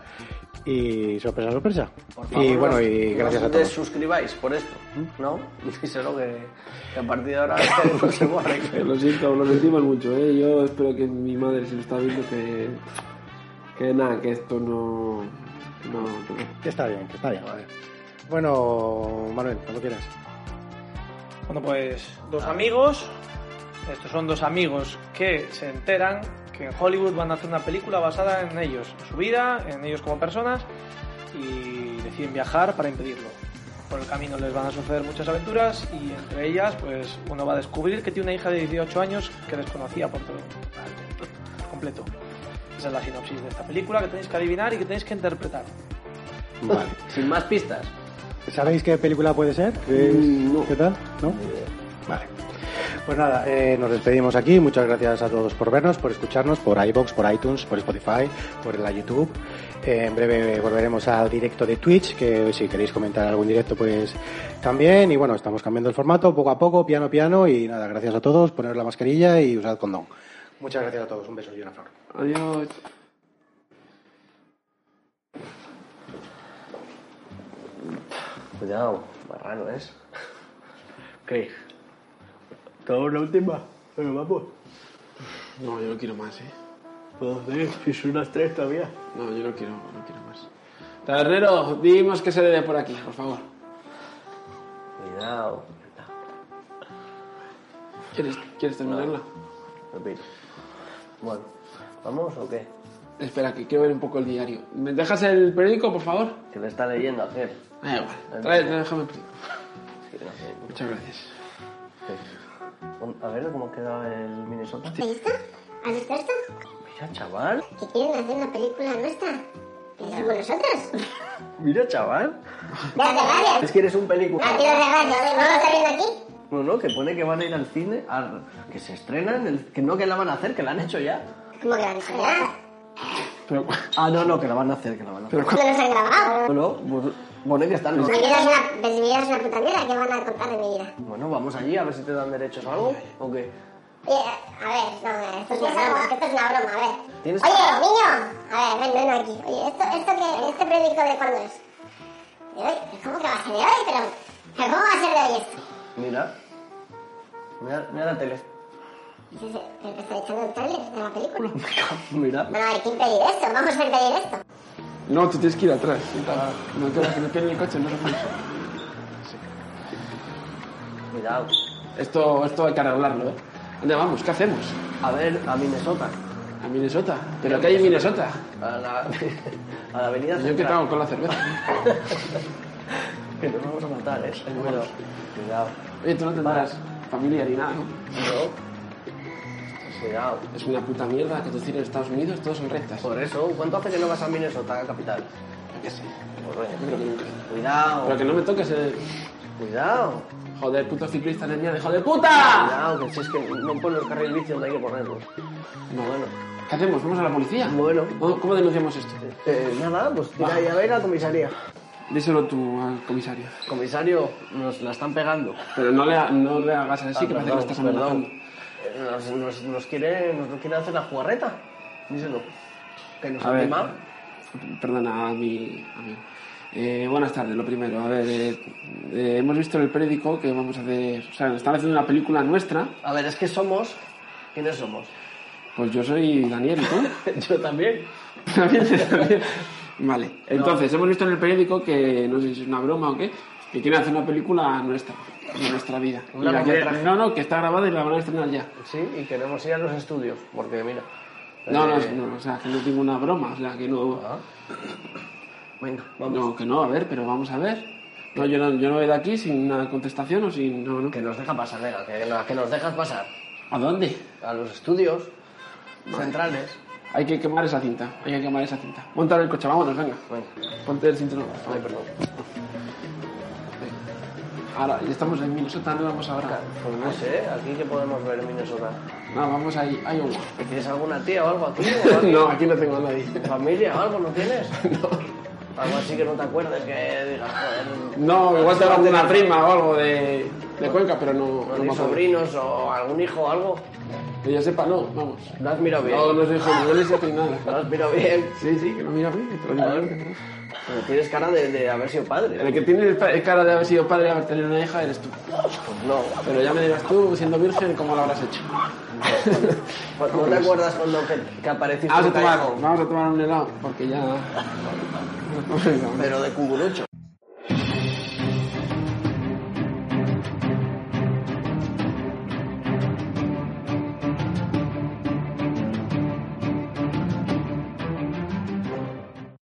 A: y sorpresa, sorpresa.
D: Por favor,
A: Y bueno,
D: no-
A: y gracias
D: no
A: a todos.
D: suscribáis por esto, ¿no? [laughs] Díselo que, que a partir
A: [laughs]
D: de ahora [laughs] este es el próximo arreglo.
C: Eh, Lo siento, lo sentimos mucho, ¿eh? Yo espero que mi madre, si lo está viendo, que. Que nada, que esto no. No, que
A: Que está bien, que está bien. vale. Bueno, Manuel, cuando quieras.
B: Bueno, pues dos amigos, estos son dos amigos que se enteran que en Hollywood van a hacer una película basada en ellos, en su vida, en ellos como personas, y deciden viajar para impedirlo. Por el camino les van a suceder muchas aventuras y entre ellas, pues uno va a descubrir que tiene una hija de 18 años que desconocía por todo por completo. Esa es la sinopsis de esta película que tenéis que adivinar y que tenéis que interpretar.
A: Vale.
D: Sin más pistas.
A: ¿Sabéis qué película puede ser? ¿Qué,
C: Mm, no.
A: ¿Qué tal? ¿No? Vale. Pues nada, eh, nos despedimos aquí. Muchas gracias a todos por vernos, por escucharnos, por iBox, por iTunes, por Spotify, por la YouTube. Eh, en breve volveremos al directo de Twitch, que si queréis comentar algún directo, pues también. Y bueno, estamos cambiando el formato poco a poco, piano piano. Y nada, gracias a todos. Poneros la mascarilla y usad condón. Muchas gracias a todos. Un beso y una flor.
C: Adiós.
D: Cuidado, ¿eh? marrano es. ¿Qué? ¿Todo la última? Bueno, vamos.
C: No, yo no quiero más, ¿eh?
D: Dos,
C: [laughs]
D: tres, si son las tres todavía.
C: No, yo no quiero, no quiero más. Tabernero, dimos que se le dé por aquí, por favor.
D: Cuidado.
C: ¿Quieres, quieres terminarla?
D: Repito. Bueno, ¿vamos o qué?
C: Espera, que quiero ver un poco el diario. ¿Me dejas el periódico, por favor?
D: Que le está leyendo a hacer.
C: Ah, igual. Trae, trae, déjame el periódico. Muchas gracias.
D: A ver cómo queda el Minnesota.
I: ¿Has visto? ¿Has visto esto?
D: Mira, chaval.
I: Que quieren hacer una película nuestra. ¿Qué somos nosotros?
D: Mira, chaval.
I: Dale, dale.
D: Es que eres un película.
I: A tiros de radio, ¿eh? ¿no lo está viendo aquí?
D: No, no, que pone que van a ir al cine, a- que se estrenan, el... que no que la van a hacer, que la han hecho ya.
I: ¿Cómo que lo han hecho ya?
C: Pero,
D: Ah, no, no, que la van a hacer, que la van a hacer.
I: ¿No los han
D: No,
I: grabado?
D: no, pues, pone que están...
I: Mi vida es una, pues mi vida es una puta mierda. ¿Qué van a contar de mi vida?
D: Bueno, vamos allí a ver si te dan derechos o algo, o qué.
I: Oye, a ver, no, esto es una broma, que esto es una broma, a ver.
D: Tienes-
I: Oye, niño, a ver, ven, ven aquí. Oye, ¿esto, esto qué, este periódico de cuándo es? De hoy, ¿cómo que va a ser de hoy? Pero, pero ¿cómo va a ser de hoy esto?
D: Mira. Mira, mira la tele.
I: ¿Es ese- eh, ¿Pero que está echando el trailer de la película?
D: [laughs] Mira.
I: Van a ver, ¿quién pedir esto? Vamos a impedir esto.
C: no, tú tienes que ir atrás. siéntate. No te que me pierden el coche, no se puede.
D: Cuidado.
C: Esto, esto hay que arreglarlo, ¿eh? ¿Dónde vamos? ¿Qué hacemos?
D: A ver, a Minnesota.
C: A Minnesota. ¿Pero qué hay en Minnesota?
D: A la, [laughs] a la avenida
C: Yo que
D: Central.
C: trago con la cerveza.
D: Que nos vamos a matar, eh. Bueno, cuidado.
C: Oye, tú no tendrás familia ni nada, ¿no?
D: No. Cuidado.
C: Es una puta mierda que decir en Estados Unidos todos son rectas.
D: Por eso, ¿cuánto hace que no vas a Minnesota, capital?
C: Yo qué sé.
D: Pues bueno.
C: Yo creo que nunca. Pero
D: Cuidado.
C: que no me toques el...
D: Cuidado.
C: Joder, puto ciclista en el de hijo de puta.
D: Cuidado, que si es que no pone el carril bici donde hay que ponerlo. Bueno.
C: ¿Qué hacemos? ¿Vamos a la policía?
D: Bueno.
C: ¿Cómo, cómo denunciamos esto?
D: Eh, nada, pues tira ahí a ver a la comisaría.
C: Díselo tú al comisario.
D: Comisario, nos la están pegando.
C: Pero no le, ha- no le hagas así,
D: Ah,
C: que parece que lo estás amenazando.
D: Eh, Nos, nos, nos quiere, nos lo quiere hacer la jugarreta. Díselo. Que nos
C: A
D: ha
C: ver.
D: timado.
C: Perdona, a mi amigo. Eh, buenas tardes, lo primero. A ver, eh, eh, hemos visto en el periódico que vamos a hacer. O sea, están haciendo una película nuestra.
D: A ver, es que somos. ¿Quiénes somos?
C: Pues yo soy Daniel, ¿y tú?
D: [laughs] Yo también.
C: También, también. Vale, entonces hemos visto en el periódico que, no sé si es una broma o qué, que quieren hacer una película nuestra, de nuestra vida. Y
D: Una
C: la que-
D: largometraje.
C: no, no, que está grabada y la van a estrenar ya.
D: Sí, y queremos ir a los estudios, porque mira.
C: No, no,
D: eh,
C: no, o sea, que no es ninguna broma, o sea, que no...
D: ah. Venga, vamos.
C: No, que no, a ver, pero vamos a ver. No, yo no, yo no voy de aquí sin una contestación o sin... No, no.
D: Que nos deja pasar, venga, que, no- que nos dejas pasar.
C: ¿A dónde?
D: A los estudios centrales.
C: Hay que quemar esa cinta, hay que quemar esa cinta. Montar el coche, vámonos, venga. Ponte el cinturón. Ay, perdón. Ahora, ya estamos en Minnesota, no vamos ahora.
D: Pues no sé, aquí que podemos ver en Minnesota.
C: No, vamos ahí, hay uno.
D: ¿Tienes alguna tía o algo aquí?
C: [laughs] No, aquí no tengo a nadie.
D: ¿Familia o algo no tienes? Algo así que no te acuerdes que digas, joder.
C: No, igual tengo alguna prima o algo de, de Cuenca, pero no, no me
D: ni
C: acuerdo.
D: sobrinos o algún hijo o algo.
C: Que yo sepa, no, vamos.
D: No has mirado bien.
C: No, no soy joven, no les estoy nada.
D: No has mirado bien.
C: Sí, sí, que no mira bien, te lo digo yo, que no.
D: Pero tienes cara de, de haber sido padre.
C: El que tiene pa- cara de haber sido padre y haber tenido una hija eres tú.
D: Pues no.
C: Pero ya me dirás tú, siendo virgen, cómo lo habrás hecho.
D: Pues ¿No te acuerdas cuando que, que
C: Ah,
D: apareciste
C: Vamos a
D: en
C: tomar,
D: Tallahassee?
C: vamos a tomar un helado, porque ya...
D: Pero de cucurucho.